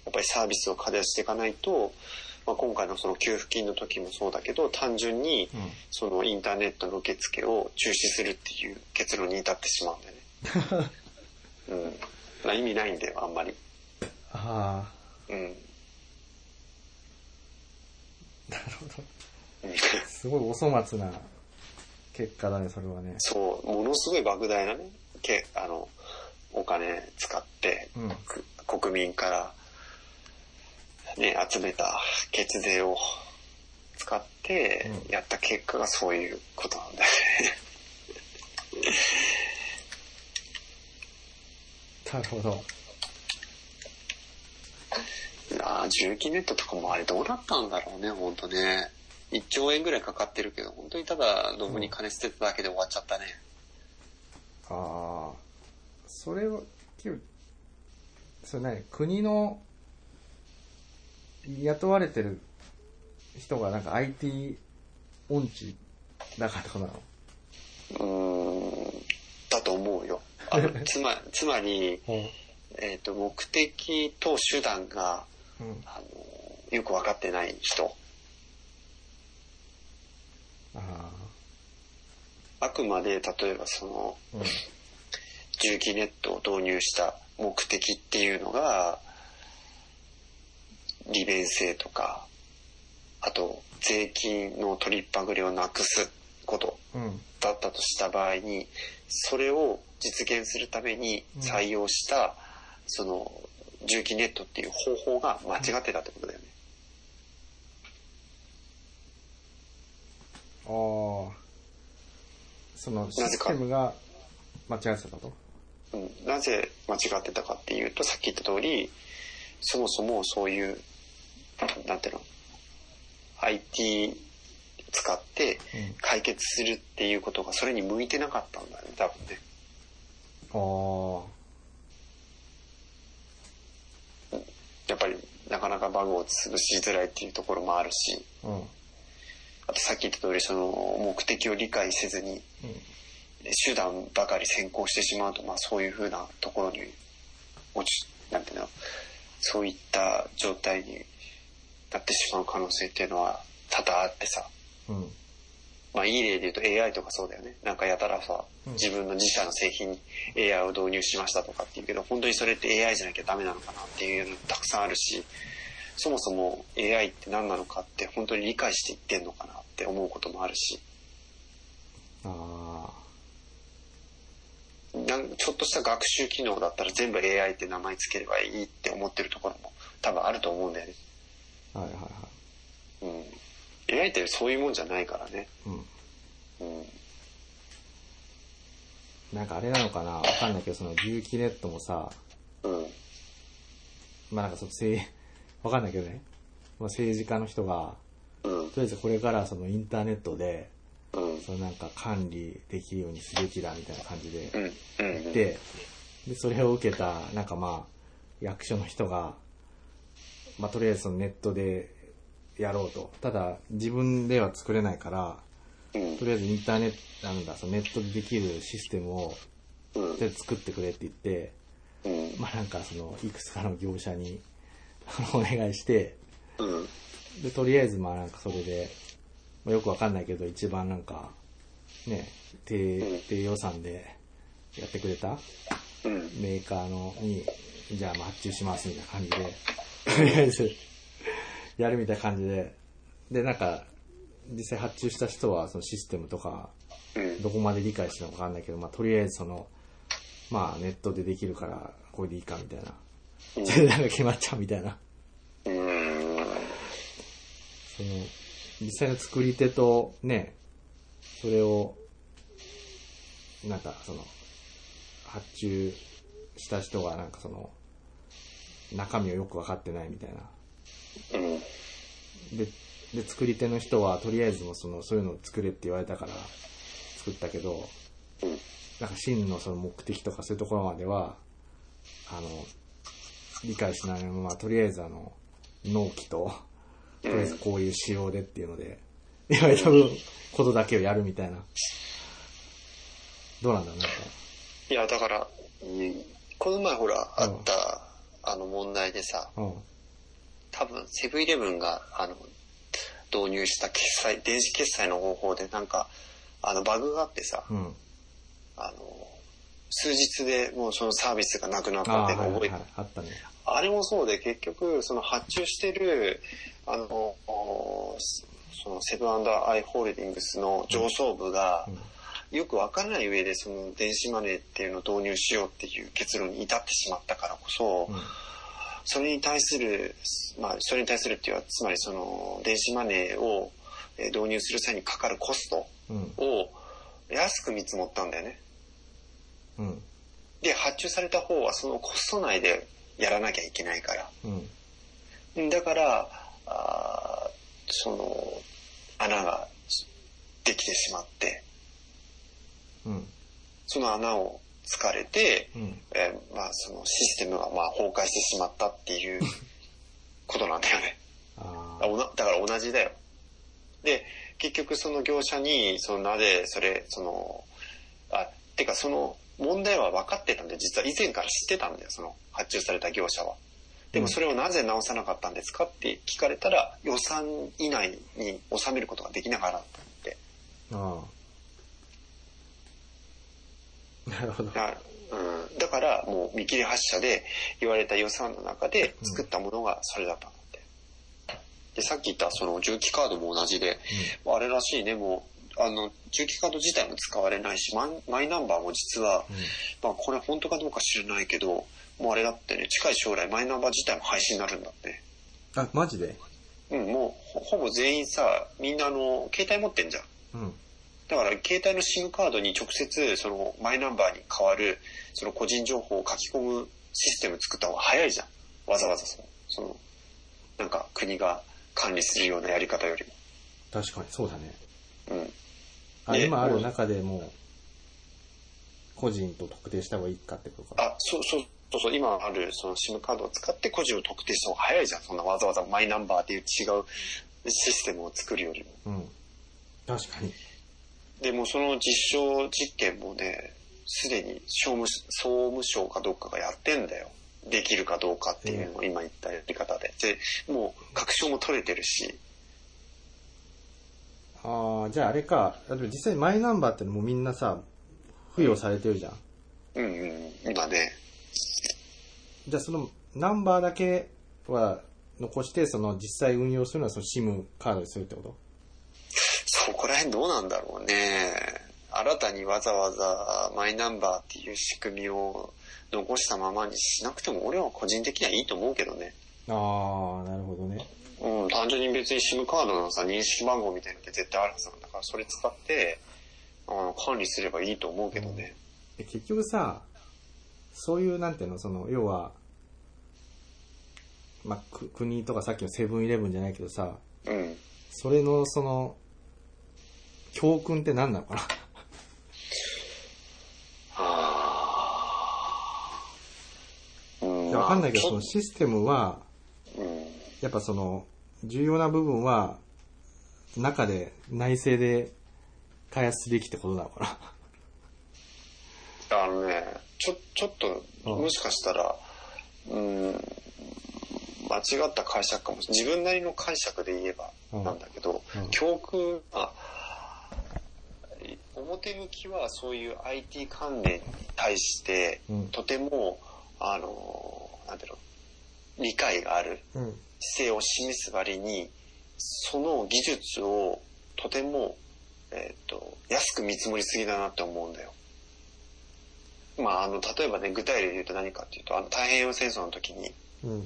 Speaker 3: っぱりサービスを課題していかないと、まあ、今回のその給付金の時もそうだけど単純に
Speaker 2: とうん。
Speaker 3: そのインターネットの受付を中止するっていう結論に至ってしまうんだよね。 うんまあ、意味ないんだよあんまり。
Speaker 2: あ
Speaker 3: うん、
Speaker 2: あ、なるほど。
Speaker 3: うん
Speaker 2: すごいお粗末な結果だね、それはね。
Speaker 3: そうものすごい莫大なねけあのお金使って
Speaker 2: うん。
Speaker 3: く国民から、ね、集めた血税を使って
Speaker 2: うん
Speaker 3: やった結果がそういうことなんだよね。
Speaker 2: なるほど。
Speaker 3: ああ、重機ネットとかもあれどうだったんだろうね、ほんとね。1兆円ぐらいかかってるけど、本当にただドブに金捨てただけで終わっちゃったね。
Speaker 2: ああ。それは、きゅそれ何国の雇われてる人がなんか IT 音痴だからとかなの
Speaker 3: うーん、だと思うよ。あ のつまつまり、えっ、と、目的と手段が、
Speaker 2: うん。
Speaker 3: あの、よくわかってない人。
Speaker 2: あ
Speaker 3: あくまで、例えばその、
Speaker 2: あ。うん。
Speaker 3: 重機ネットを導入した目的っていうのが利便性とかあと税金の取りっぱぐれをなくすこと
Speaker 2: うん。
Speaker 3: だったとした場合にそれを実現するために
Speaker 2: うん
Speaker 3: 採用した、その重機ネットっていう方法が間違ってたってことだよね。
Speaker 2: そのシステムが間違えてたと。
Speaker 3: うんなぜ間違ってたかっていうとさっき言った通りそもそもそういうなんていうの IT 使って
Speaker 2: うん
Speaker 3: 解決するっていうことがそれに向いてなかったんだよね多分ね
Speaker 2: あ
Speaker 3: やっぱりなかなかバグを潰しづらいっていうところもあるし
Speaker 2: あ。うん。うん。
Speaker 3: あとさっき言った通りその目的を理解せずに手段ばかり先行してしまうと、まあ、そういうふうなところに落ちなんていうのそういった状態になってしまう可能性っていうのは多々あってさ、
Speaker 2: うん。
Speaker 3: まあ、いい例で言うと AI とかそうだよねなんかやたらさ
Speaker 2: うん
Speaker 3: 自分の自社の製品に AI を導入しましたとかっていうけど本当にそれって AI じゃなきゃダメなのかなっていうのもたくさんあるしそもそも AI って何なのかって本当に理解していってんのかなって思うこともあるし。
Speaker 2: あ
Speaker 3: なんちょっとした学習機能だったら全部 AI って名前つければいいって思ってるところも多分あると思うんだよね。
Speaker 2: あ。はいはいは
Speaker 3: うん。AI ってそういうもんじゃないからね。
Speaker 2: い。うん。
Speaker 3: うん。
Speaker 2: なんかあれなのかなわかんないけど、その牛キネットもさ、
Speaker 3: うん。
Speaker 2: まあなんかその政、わかんない けどね。まあ政治家の人が、
Speaker 3: うん。
Speaker 2: とりあえずこれからそのインターネットで、
Speaker 3: うん。
Speaker 2: そのなんか管理できるようにすべきだみたいな感じで
Speaker 3: うん。うん。うん。
Speaker 2: で、で、それを受けた、なんかまあ、役所の人が、まあ、とりあえずそのネットでやろうと。ただ、自分では作れないから、
Speaker 3: うん
Speaker 2: と。りあえずインターネット、なんだ、そのネットでできるシステムを、
Speaker 3: うん。
Speaker 2: とりあえず作ってくれって言って、
Speaker 3: うん。
Speaker 2: まあ、なんかその、いくつかの業者に、 あのお願いして、
Speaker 3: うん。
Speaker 2: で、とりあえずまあなんかそれで、まあ、よくわかんないけど、一番なんか、ね、低、低予算でやってくれた
Speaker 3: うん。
Speaker 2: メーカーのに、じゃあまあ発注しますみたいな感じで、とりあえず、 やるみたいな感じで、で、なんか、実際発注した人はそのシステムとか、
Speaker 3: うん。
Speaker 2: どこまで理解してたのかわかんないけど、まあとりあえずその、まあネットでできるから、これでいいかみたいな。それでなんか決まっちゃうみたいな。
Speaker 3: うん。
Speaker 2: その、実際の作り手とね、それを、なんかその、発注した人がなんかその、中身をよくわかってないみたいな。
Speaker 3: うん。
Speaker 2: で、で、作り手の人はとりあえずもうその、そういうのを作れって言われたから作ったけど、
Speaker 3: うん。
Speaker 2: なんか真のその目的とかそういうところまでは、あの、理解しないまま、とりあえずあの、納期と、とりあえずこういう仕様でっていうので、言われたことだけをやるみたいな。どうなんだろうなんか。
Speaker 3: いや、だから、うんこの前ほら、あった、あの問題でさ、
Speaker 2: うん。
Speaker 3: 多分セブンイレブンがあの導入した決済電子決済の方法でなんかあのバグがあってさ、
Speaker 2: うん。
Speaker 3: あの数日でもうそのサービスがなくなっ
Speaker 2: あ
Speaker 3: た
Speaker 2: あ
Speaker 3: っ
Speaker 2: ー、
Speaker 3: て
Speaker 2: はい
Speaker 3: 覚
Speaker 2: は
Speaker 3: え
Speaker 2: い
Speaker 3: て、
Speaker 2: はい。あったね。
Speaker 3: あれもそうで結局その発注してるあのおそのセブンアイ・ホールディングスの上層部が
Speaker 2: うん。
Speaker 3: よくわからない上でその電子マネーっていうのを導入しようっていう結論に至ってしまったからこそ、
Speaker 2: うん。
Speaker 3: それに対する、まあ、それに対するっていうのは、つまりその、電子マネーをえー導入する際にかかるコスト
Speaker 2: うん。
Speaker 3: を安く見積もったんだよね。
Speaker 2: うん。
Speaker 3: で、発注された方はそのコスト内でやらなきゃいけないから。
Speaker 2: うん。
Speaker 3: うんだから、あーその、穴ができてしまって、
Speaker 2: うん。
Speaker 3: その穴を突かれて、
Speaker 2: うん。
Speaker 3: えーまあ、そのシステムがまあ崩壊してしまったっていうことなんだよね。
Speaker 2: あ
Speaker 3: あおなだから同じだよ。で、結局その業者に、そのなぜ、それ、その、あ、てかその問題は分かってたんで、実は以前から知ってたんだよ、その発注された業者は。でもそれをなぜ直さなかったんですかって聞かれたら、予算以内に収めることができなかったって。
Speaker 2: あ。ああ。なるほど。
Speaker 3: だうん、だからもう見切り発車で言われた予算の中で作ったものがそれだったんだって。で、さっき言ったその重機カードも同じで、あれらしいね、もう、あの、重機カード自体も使われないし、マイマイナンバーも実は、
Speaker 2: うん。うん
Speaker 3: まあこれ本当かどうか知らないけど、もうあれだってね、近い将来マイナンバー自体も廃止になるんだって。
Speaker 2: あ、マジで
Speaker 3: うん、もうほほぼ全員さ、みんなあの、携帯持ってんじゃん。
Speaker 2: うん。
Speaker 3: だから携帯の SIM カードに直接そのマイナンバーに変わるその個人情報を書き込むシステム作った方が早いじゃん。わざわざその、その、なんか国が管理するようなやり方より
Speaker 2: 確かに、そうだね。
Speaker 3: も。うん。
Speaker 2: あ、
Speaker 3: ね
Speaker 2: 今ある中でもう、個人と特定した方がいいかってことか。
Speaker 3: あ、そうそうそうそう、今あるその SIM カードを使って個人を特定した方が早いじゃん。そんなわざわざマイナンバーっていう違うシステムを作るよりも。
Speaker 2: うん。確かに。
Speaker 3: でもうその実証実験もね、すでに商務し総務省かどっかがやってんだよ。できるかどうかっていうのを今言ったやり方で。で、もう確証も取れてるし、
Speaker 2: ああ、じゃああれか。あでも実際にマイナンバーってのもみんなさ、付与されてるじゃん。
Speaker 3: うんうん、今ね、
Speaker 2: じゃあそのナンバーだけは残して、その実際運用するのはその SIM カードにするってこと
Speaker 3: そこら辺どうなんだろうね。新たにわざわざマイナンバーっていう仕組みを残したままにしなくても俺は個人的にはいいと思うけどね。
Speaker 2: ああ、なるほどね。
Speaker 3: うん、単純に別に SIM カードのさ、認識番号みたいなのって絶対あるはずなんだから、それ使って、あの管理すればいいと思うけどね。
Speaker 2: で結局さ、そういう、なんていうの、その、要は、まあ、く国とかさっきのセブンイレブンじゃないけどさ、
Speaker 3: うん。
Speaker 2: それの、その、教訓って何なのかな
Speaker 3: うん
Speaker 2: いやわかんないけど、そ
Speaker 3: まあ
Speaker 2: のシステムは、
Speaker 3: ちょうん。
Speaker 2: やっぱその、重要な部分は、中で、内政で、開発すべきってことなのかな
Speaker 3: あのね、ちょ、ちょっと、
Speaker 2: うん
Speaker 3: もしかしたら、うん、間違った解釈かもしれない。自分なりの解釈で言えば
Speaker 2: うん
Speaker 3: なんだけど、
Speaker 2: うん
Speaker 3: 教訓は、い表向きはそういう IT 関連に対して、
Speaker 2: うん
Speaker 3: とても、あの、なんていうの、理解がある
Speaker 2: うん。
Speaker 3: 姿勢を示す割に、その技術をとても、えっ、と、安く見積もりすぎだなって思うんだよ。まあ、あの、例えばね、具体例で言うと何かっていうと、あの、太平洋戦争の時に、
Speaker 2: うん。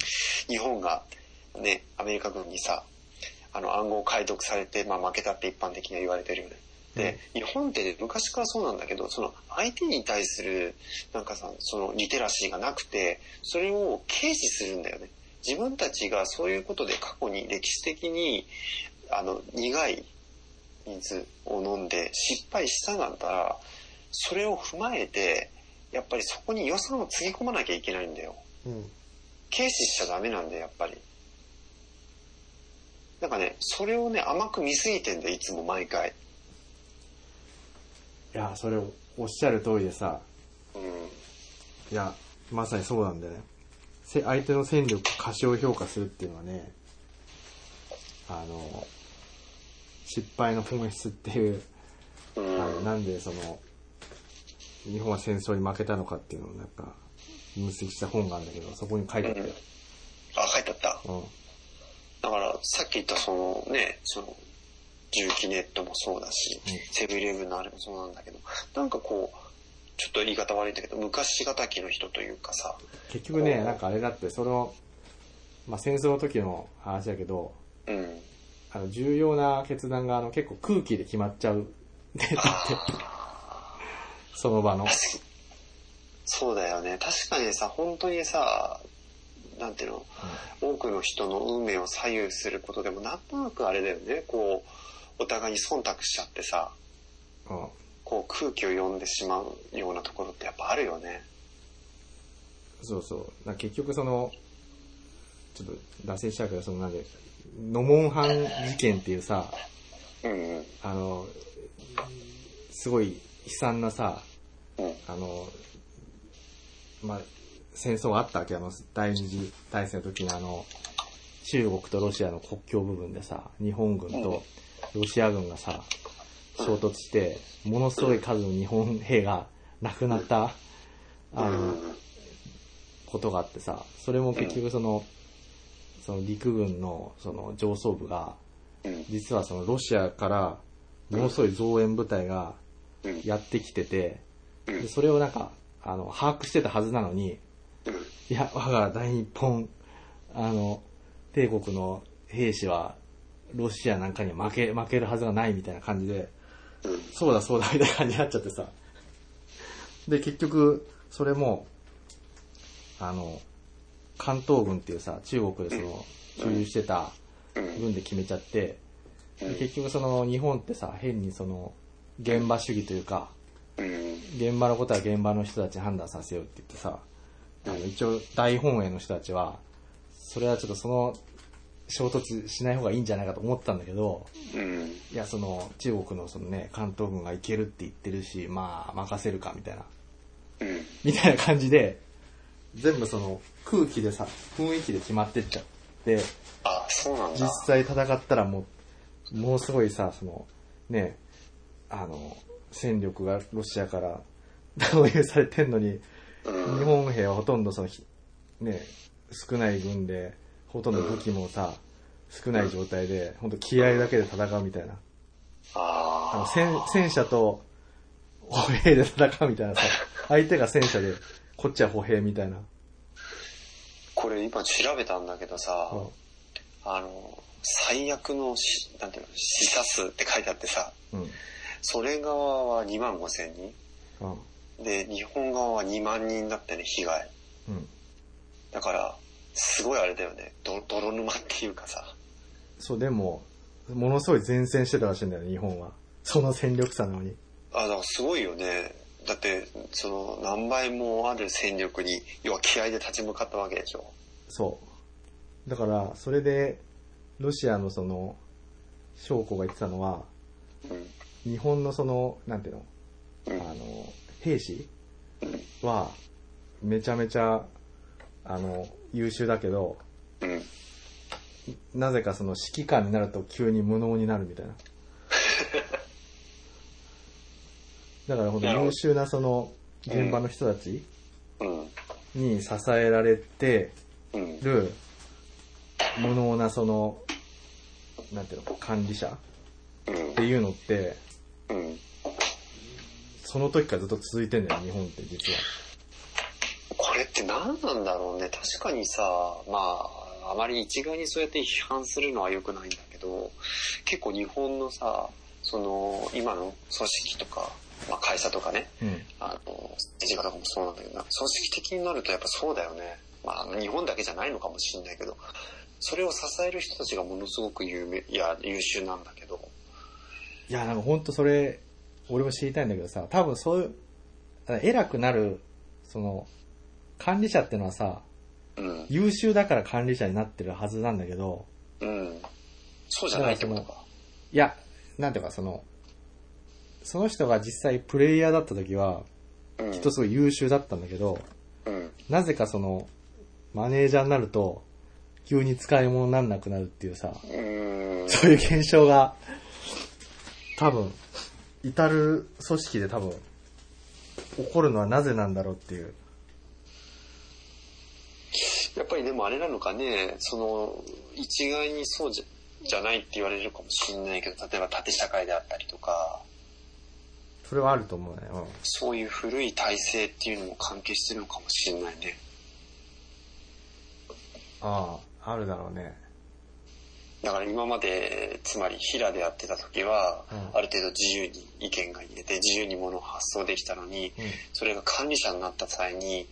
Speaker 3: 日本がね、アメリカ軍にさ、あの、暗号を解読されて、まあ、負けたって一般的には言われてるよね。で、日本って昔からそうなんだけど、その IT に対する、なんかさ、そのリテラシーがなくて、それを軽視するんだよね。自分たちがそういうことで過去に歴史的に、あの、苦い水を飲んで失敗したなんだら、それを踏まえて、やっぱりそこに予算をつぎ込まなきゃいけないんだよ。
Speaker 2: うん。
Speaker 3: 軽視しちゃダメなんだよ、やっぱり。なんかね、それをね、甘く見すぎてんだよ、いつも毎回。
Speaker 2: いや、それ、おっしゃる通りでさ、
Speaker 3: うん。
Speaker 2: いや、まさにそうなんだよね。せ相手の戦力を過小評価するっていうのはね、あの、失敗の本質っていう、あ
Speaker 3: うん
Speaker 2: のなんでその、日本は戦争に負けたのかっていうのをなんか、分析した本があるんだけど、そこに書いてあったよ。
Speaker 3: あ、書いてあった。
Speaker 2: うん。
Speaker 3: だから、さっき言ったそのね、その、重機ネットもそうだし、
Speaker 2: う
Speaker 3: セブンイレブンのあれもそうなんだけど、なんかこう、ちょっと言い方悪いんだけど、昔敵の人というかさ、
Speaker 2: 結局ね、なんかあれだって、その、まあ、戦争の時の話だけど、
Speaker 3: うん。
Speaker 2: あの、重要な決断が、あの、結構空気で決まっちゃう。 その場の。
Speaker 3: そうだよね。確かにさ、本当にさ、なんていうの、多くの人の運命を左右することでも、なんとなくあれだよね、こう、お互いに忖度しちゃってさ、
Speaker 2: うん。
Speaker 3: こう空気を読んでしまうようなところってやっぱあるよね。
Speaker 2: そうそう。な結局その、ちょっと脱線しちゃうけど、そのなんで、ノモンハン事件っていうさ、
Speaker 3: うんうん。
Speaker 2: あの、すごい悲惨なさ、
Speaker 3: うん。
Speaker 2: あの、まあ、戦争があったわけあの、第二次大戦の時のあの、中国とロシアの国境部分でさ、日本軍とロシア軍がさ、衝突して、ものすごい数の日本兵が亡くなった、あ
Speaker 3: うん
Speaker 2: の、ことがあってさ、それも結局その、その陸軍のその上層部が、
Speaker 3: うん
Speaker 2: 実はそのロシアからものすごい増援部隊が
Speaker 3: うん。
Speaker 2: やってきてて、
Speaker 3: うん
Speaker 2: でそれをなんか、あの、把握してたはずなのに、
Speaker 3: うん。
Speaker 2: いや、我が大日本、あの、帝国の兵士は、ロシアなんかには負け、負けるはずがないみたいな感じで、
Speaker 3: うん。
Speaker 2: そうだそうだみたいな感じになっちゃってさ。で、結局、それも、あの、関東軍っていうさ、中国でその、所有してた
Speaker 3: うん。
Speaker 2: 軍で決めちゃって、
Speaker 3: うん
Speaker 2: で結局その、日本ってさ、変にその、現場主義というか、
Speaker 3: うん。
Speaker 2: 現場のことは現場の人たちに判断させようって言ってさ、あの一応大本営の人たちは、それはちょっとその、衝突しない方がいいんじゃないかと思ったんだけど、
Speaker 3: うん。
Speaker 2: いや、その、中国のそのね、関東軍が行けるって言ってるし、まあ、任せるか、みたいな。
Speaker 3: うん。
Speaker 2: みたいな感じで、全部その、空気でさ、雰囲気で決まってっちゃって、
Speaker 3: あ、そうなんだ
Speaker 2: 実。際戦ったらもう、もうすごいさ、その、ね、あの、戦力がロシアから投入されてんのに、
Speaker 3: うん。
Speaker 2: 日本兵はほとんどそのひ、ね、少ない軍で、ほとんど武器もさ、少ない状態で、ほんと気合だけで戦うみたいな。あの
Speaker 3: あ
Speaker 2: 戦戦車と歩兵で戦うみたい なさ、相手が戦車で、こっちは歩兵みたいな。
Speaker 3: ーこれ今調べたんだけどさ、
Speaker 2: そ
Speaker 3: あの、最悪のし、なんていうの、死者数って書いてあってさ、
Speaker 2: ううん。
Speaker 3: ソ連側は2万5千人。
Speaker 2: うん。
Speaker 3: で、日本側は2万人だったね、被害。
Speaker 2: うん。
Speaker 3: だから、すごいあれだよね。ど泥沼っていうかさ。
Speaker 2: そう、でも、ものすごい前線してたらしいんだよね、日本は。その戦力差なのに。
Speaker 3: あ、だからすごいよね。だって、その、何倍もある戦力に、要は気合で立ち向かったわけでしょ。
Speaker 2: そう。だから、それで、ロシアのその、将校が言ってたのは、
Speaker 3: うん。
Speaker 2: 日本のその、なんていうの、
Speaker 3: うん。
Speaker 2: あの、兵士
Speaker 3: うん
Speaker 2: は、めちゃめちゃ、あの、優秀だけど、
Speaker 3: うん。
Speaker 2: なぜかその指揮官になると急に無能になるみ たいな。だからほんと優秀なその現場の人たち
Speaker 3: うん。
Speaker 2: に支えられて
Speaker 3: うん。
Speaker 2: る無能なその、なんていうの、管理者
Speaker 3: うん
Speaker 2: って。いうのって、
Speaker 3: うん。
Speaker 2: その時からずっと続いてんだよ、日本って実は。
Speaker 3: これって何なんだろうね。確かにさ、まあ、あまり一概にそうやって批判するのは良くないんだけど、結構日本のさ、その、今の組織とか、まあ会社とかね、
Speaker 2: うん。
Speaker 3: あの、政治家とかもそうなんだけど、なんか組織的になるとやっぱそうだよね。まあ、日本だけじゃないのかもしれないけど、それを支える人たちがものすごく有名、いや、優秀なんだけど。
Speaker 2: いや、なんかほんとそれ、俺も知りたいんだけどさ、多分そういう、偉くなる、その、管理者ってのはさ、
Speaker 3: うん。
Speaker 2: 優秀だから管理者になってるはずなんだけど、
Speaker 3: うん。そうじゃないってことか。
Speaker 2: いや、なんていうかその、その人が実際プレイヤーだった時は、
Speaker 3: うん。
Speaker 2: きっとすごい優秀だったんだけど、
Speaker 3: うん。
Speaker 2: なぜかその、マネージャーになると、急に使い物になんなくなるっていうさ、
Speaker 3: うん。
Speaker 2: そういう現象が、多分、至る組織で多分、起こるのはなぜなんだろうっていう。
Speaker 3: やっぱりでもあれなのかね、その、一概にそうじゃじゃないって言われるかもしれないけど、例えば縦社会であったりとか、
Speaker 2: それはあると思うね。うん。
Speaker 3: そういう古い体制っていうのも関係してるのかもしれないね。
Speaker 2: ああ、あるだろうね。
Speaker 3: だから今まで、つまり平でやってた時は、
Speaker 2: うん
Speaker 3: ある程度自由に意見が言えて、自由に物を発想できたのに、
Speaker 2: うん。
Speaker 3: それが管理者になった際に、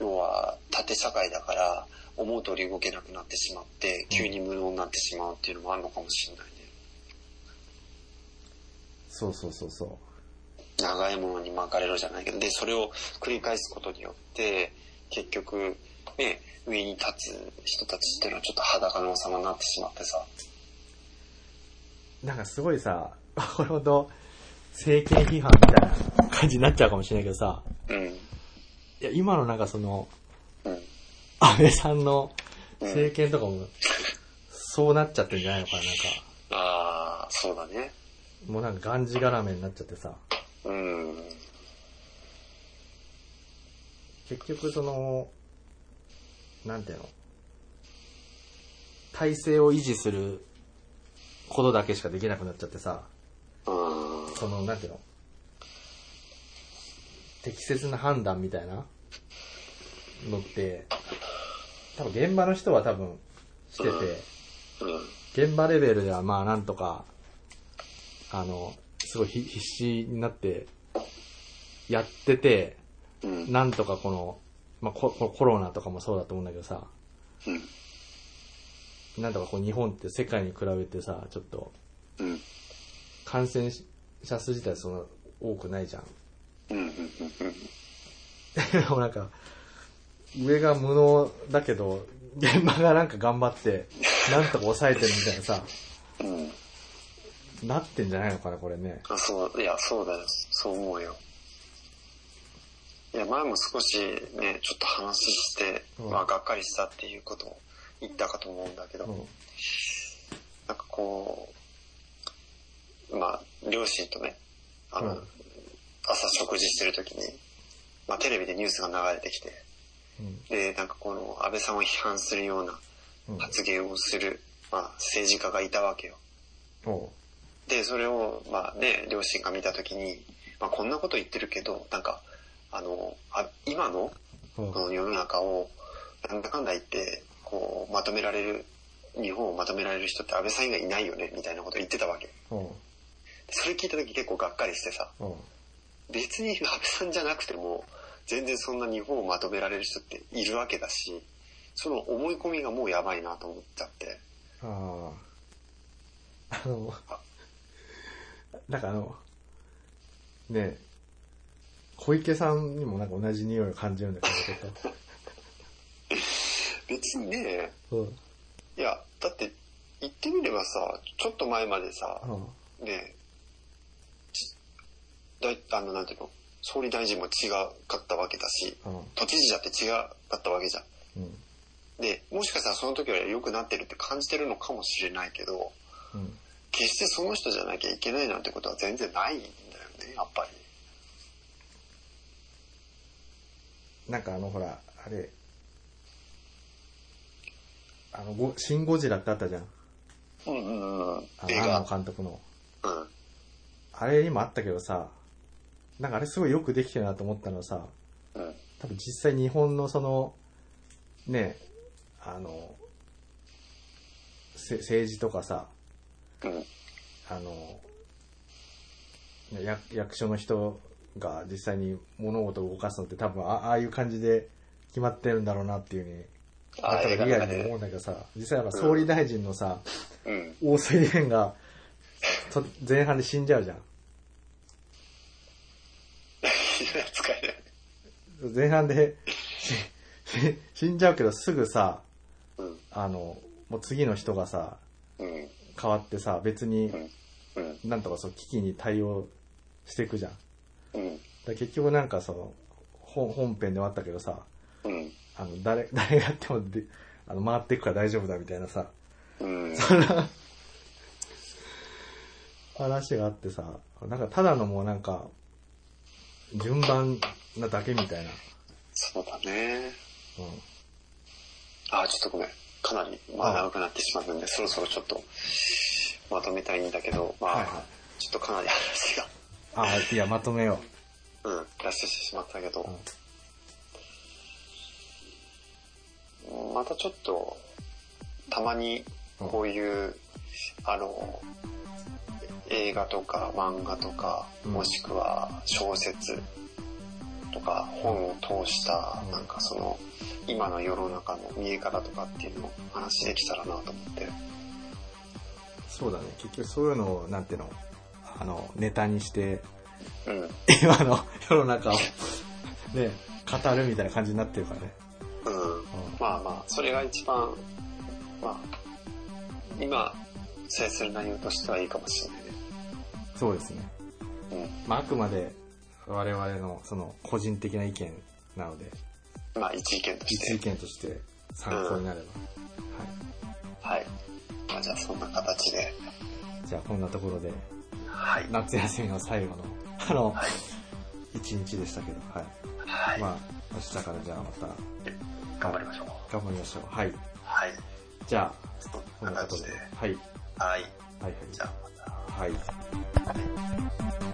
Speaker 3: 要は縦社会だから、思う通り動けなくなってしまって、急に無能になってしまうっていうのもあるのかもしれないね。
Speaker 2: そうそうそうそ
Speaker 3: 長いものに巻かれろじゃないけど、で、それを繰り返すことによって、結局、ね、上に立つ人たちっていうのはちょっと裸の王様になってしまってさ。
Speaker 2: う。なんかすごいさ、これほど、政権批判みたいな感じになっちゃうかもしれないけどさ、
Speaker 3: うん。
Speaker 2: いや、今のなんかその、
Speaker 3: うん。
Speaker 2: 安倍さんの
Speaker 3: うん
Speaker 2: 政権とかも、そうなっちゃってんじゃないのかな、なんか。
Speaker 3: ああ、そうだね。
Speaker 2: もうなんかがんじがらめになっちゃってさ。
Speaker 3: うん。
Speaker 2: 結局その、なんていうの体制を維持することだけしかできなくなっちゃってさ、
Speaker 3: うん。
Speaker 2: その、なんていうの適切な判断みたいなのって、多分現場の人は多分してて、
Speaker 3: うん。
Speaker 2: 現場レベルではまあなんとか、あの、すごいひ必死になって、やってて、
Speaker 3: うん。
Speaker 2: なんとかこの、まあ、コココロナとかもそうだと思うんだけどさ、
Speaker 3: うん。
Speaker 2: なんとかこう日本って世界に比べてさ、ちょっと
Speaker 3: うん。
Speaker 2: 感染者数自体そんな多くないじゃん。
Speaker 3: うん。うん。うん。
Speaker 2: でも なんか、上が無能だけど、現場がなんか頑張って、なんとか抑えてるみたいなさ、
Speaker 3: うん。うん。
Speaker 2: なってんじゃないのかな、これね。
Speaker 3: あ、そう、いや、そうだよ。そう思うよ。いや、前も少しね、ちょっと話して、
Speaker 2: うん
Speaker 3: まあ、がっかりしたっていうことを言ったかと思うんだけど、
Speaker 2: うん。
Speaker 3: なんかこう、まあ、両親とね、あの、
Speaker 2: うん
Speaker 3: 朝食事してるときに、まあ、テレビでニュースが流れてきて、で、なんかこの安倍さんを批判するような
Speaker 2: うん。うん。
Speaker 3: 発言をする、まあ、政治家がいたわけよ。
Speaker 2: おう
Speaker 3: で、それを、まあね、両親が見たときに、まあ、こんなこと言ってるけど、なんか、あの、あ今の
Speaker 2: うん
Speaker 3: この世の中を、なんだかんだ言って、こう、まとめられる、日本をまとめられる人って安倍さん以外いないよね、みたいなこと言ってたわけ。
Speaker 2: おう
Speaker 3: それ聞いたとき結構がっかりしてさ、
Speaker 2: おう
Speaker 3: 別に安倍さんじゃなくても、全然そんな日本をまとめられる人っているわけだし、その思い込みがもうやばいなと思っちゃって。
Speaker 2: ああ。あの、なんかあの、ねえ、小池さんにもなんか同じ匂いを感じるんだけど、ちょっ
Speaker 3: 別にね、
Speaker 2: と。うん。
Speaker 3: いや、だって、言ってみればさ、ちょっと前までさ、
Speaker 2: うん。
Speaker 3: ねえ、だいあの、なんていうの、総理大臣も違かったわけだし、
Speaker 2: うん。
Speaker 3: 都知事だって違かったわけじゃん。
Speaker 2: うん。
Speaker 3: で、もしかしたらその時より良くなってるって感じてるのかもしれないけど、
Speaker 2: うん。
Speaker 3: 決してその人じゃなきゃいけないなんてことは全然ないんだよね、やっぱり。
Speaker 2: なんかあのほら、あれ、あの、ゴシン・ゴジラってあったじゃん。
Speaker 3: うんうんうん。
Speaker 2: あ
Speaker 3: 映
Speaker 2: の、
Speaker 3: 画
Speaker 2: 庵野。監督の。
Speaker 3: うん。
Speaker 2: あれにもあったけどさ、なんかあれすごいよくできてるなと思ったのはさ、
Speaker 3: うん。
Speaker 2: 多分実際日本のその、ね、あの、せ政治とかさ、
Speaker 3: うん。
Speaker 2: あの、ね役役所の人が実際に物事を動かすのって多分あああいう感じで決まってるんだろうなっていうふうに
Speaker 3: あ、
Speaker 2: なん
Speaker 3: 映
Speaker 2: かリ
Speaker 3: 画の
Speaker 2: ア
Speaker 3: 中
Speaker 2: ルに思うんだ
Speaker 3: で。
Speaker 2: けどさ、実際やっぱ総理大臣のさ、
Speaker 3: うん。
Speaker 2: 大水蓮が、と前半で死んじゃうじゃん。
Speaker 3: 使えない。
Speaker 2: 前半で、し死んじゃうけどすぐさ、
Speaker 3: うん。
Speaker 2: あの、もう次の人がさ、
Speaker 3: うん。
Speaker 2: 変わってさ、別に
Speaker 3: うん。
Speaker 2: なんとかそう危機に対応していくじゃん。だか
Speaker 3: うん。
Speaker 2: ら結局なんかその、本本編ではあったけどさ、
Speaker 3: うん。
Speaker 2: あの、誰、 誰がやってもで、あの、回っていくから大丈夫だみたいなさ、
Speaker 3: うん。
Speaker 2: 話があってさ、なんかただのもうなんか、順番なだけみたいな。
Speaker 3: そうだね。
Speaker 2: うん。
Speaker 3: あ、ちょっとごめん。かなり、ま
Speaker 2: あ
Speaker 3: あ長くなってしまったんで、そろそろちょっと、まとめたいんだけど、まあ、
Speaker 2: はいは
Speaker 3: ちょっとかなり話が、
Speaker 2: あ、いや、まとめよ
Speaker 3: うん、出してしまったけ
Speaker 2: う。
Speaker 3: ど、またちょっと、たまに、こういう、あの、映画とか漫画とか、
Speaker 2: うん
Speaker 3: もしくは小説とか本を通した
Speaker 2: う、ん
Speaker 3: なんかその、今の世の中の見え方とかっていうのを話できたらなと思って、
Speaker 2: そうだね。結局そういうのを、なんていうの、あの、ネタにして、
Speaker 3: うん。
Speaker 2: 今の世の中を、 ね、語るみたいな感じになってるからね。
Speaker 3: うん。
Speaker 2: う
Speaker 3: まあまあ、それが一番、まあ、今、制する内容としてはいいかもしれない
Speaker 2: ん、そうですね。
Speaker 3: ね。
Speaker 2: まあ、あくまで、我々の、その、個人的な意見なので、
Speaker 3: うん。まあ、一意見とし
Speaker 2: 一意
Speaker 3: て。
Speaker 2: 見として参考になれば。
Speaker 3: はい。まあ、じゃあ、そんな形で。
Speaker 2: はい。じゃあ、こんなところで、
Speaker 3: はい。
Speaker 2: 夏休みの最後の、あの、一日でしたけど、はい。
Speaker 3: はい。
Speaker 2: まあ、明日からじゃあまた
Speaker 3: 頑張りましょう。
Speaker 2: 頑張りましょう。はい。
Speaker 3: はい。
Speaker 2: じゃあ、
Speaker 3: そ
Speaker 2: こ
Speaker 3: ん
Speaker 2: ん
Speaker 3: な
Speaker 2: なこと
Speaker 3: 形
Speaker 2: で。
Speaker 3: で。
Speaker 2: はい。はい
Speaker 3: はい。
Speaker 2: はい。
Speaker 3: じゃあ、また。
Speaker 2: はい。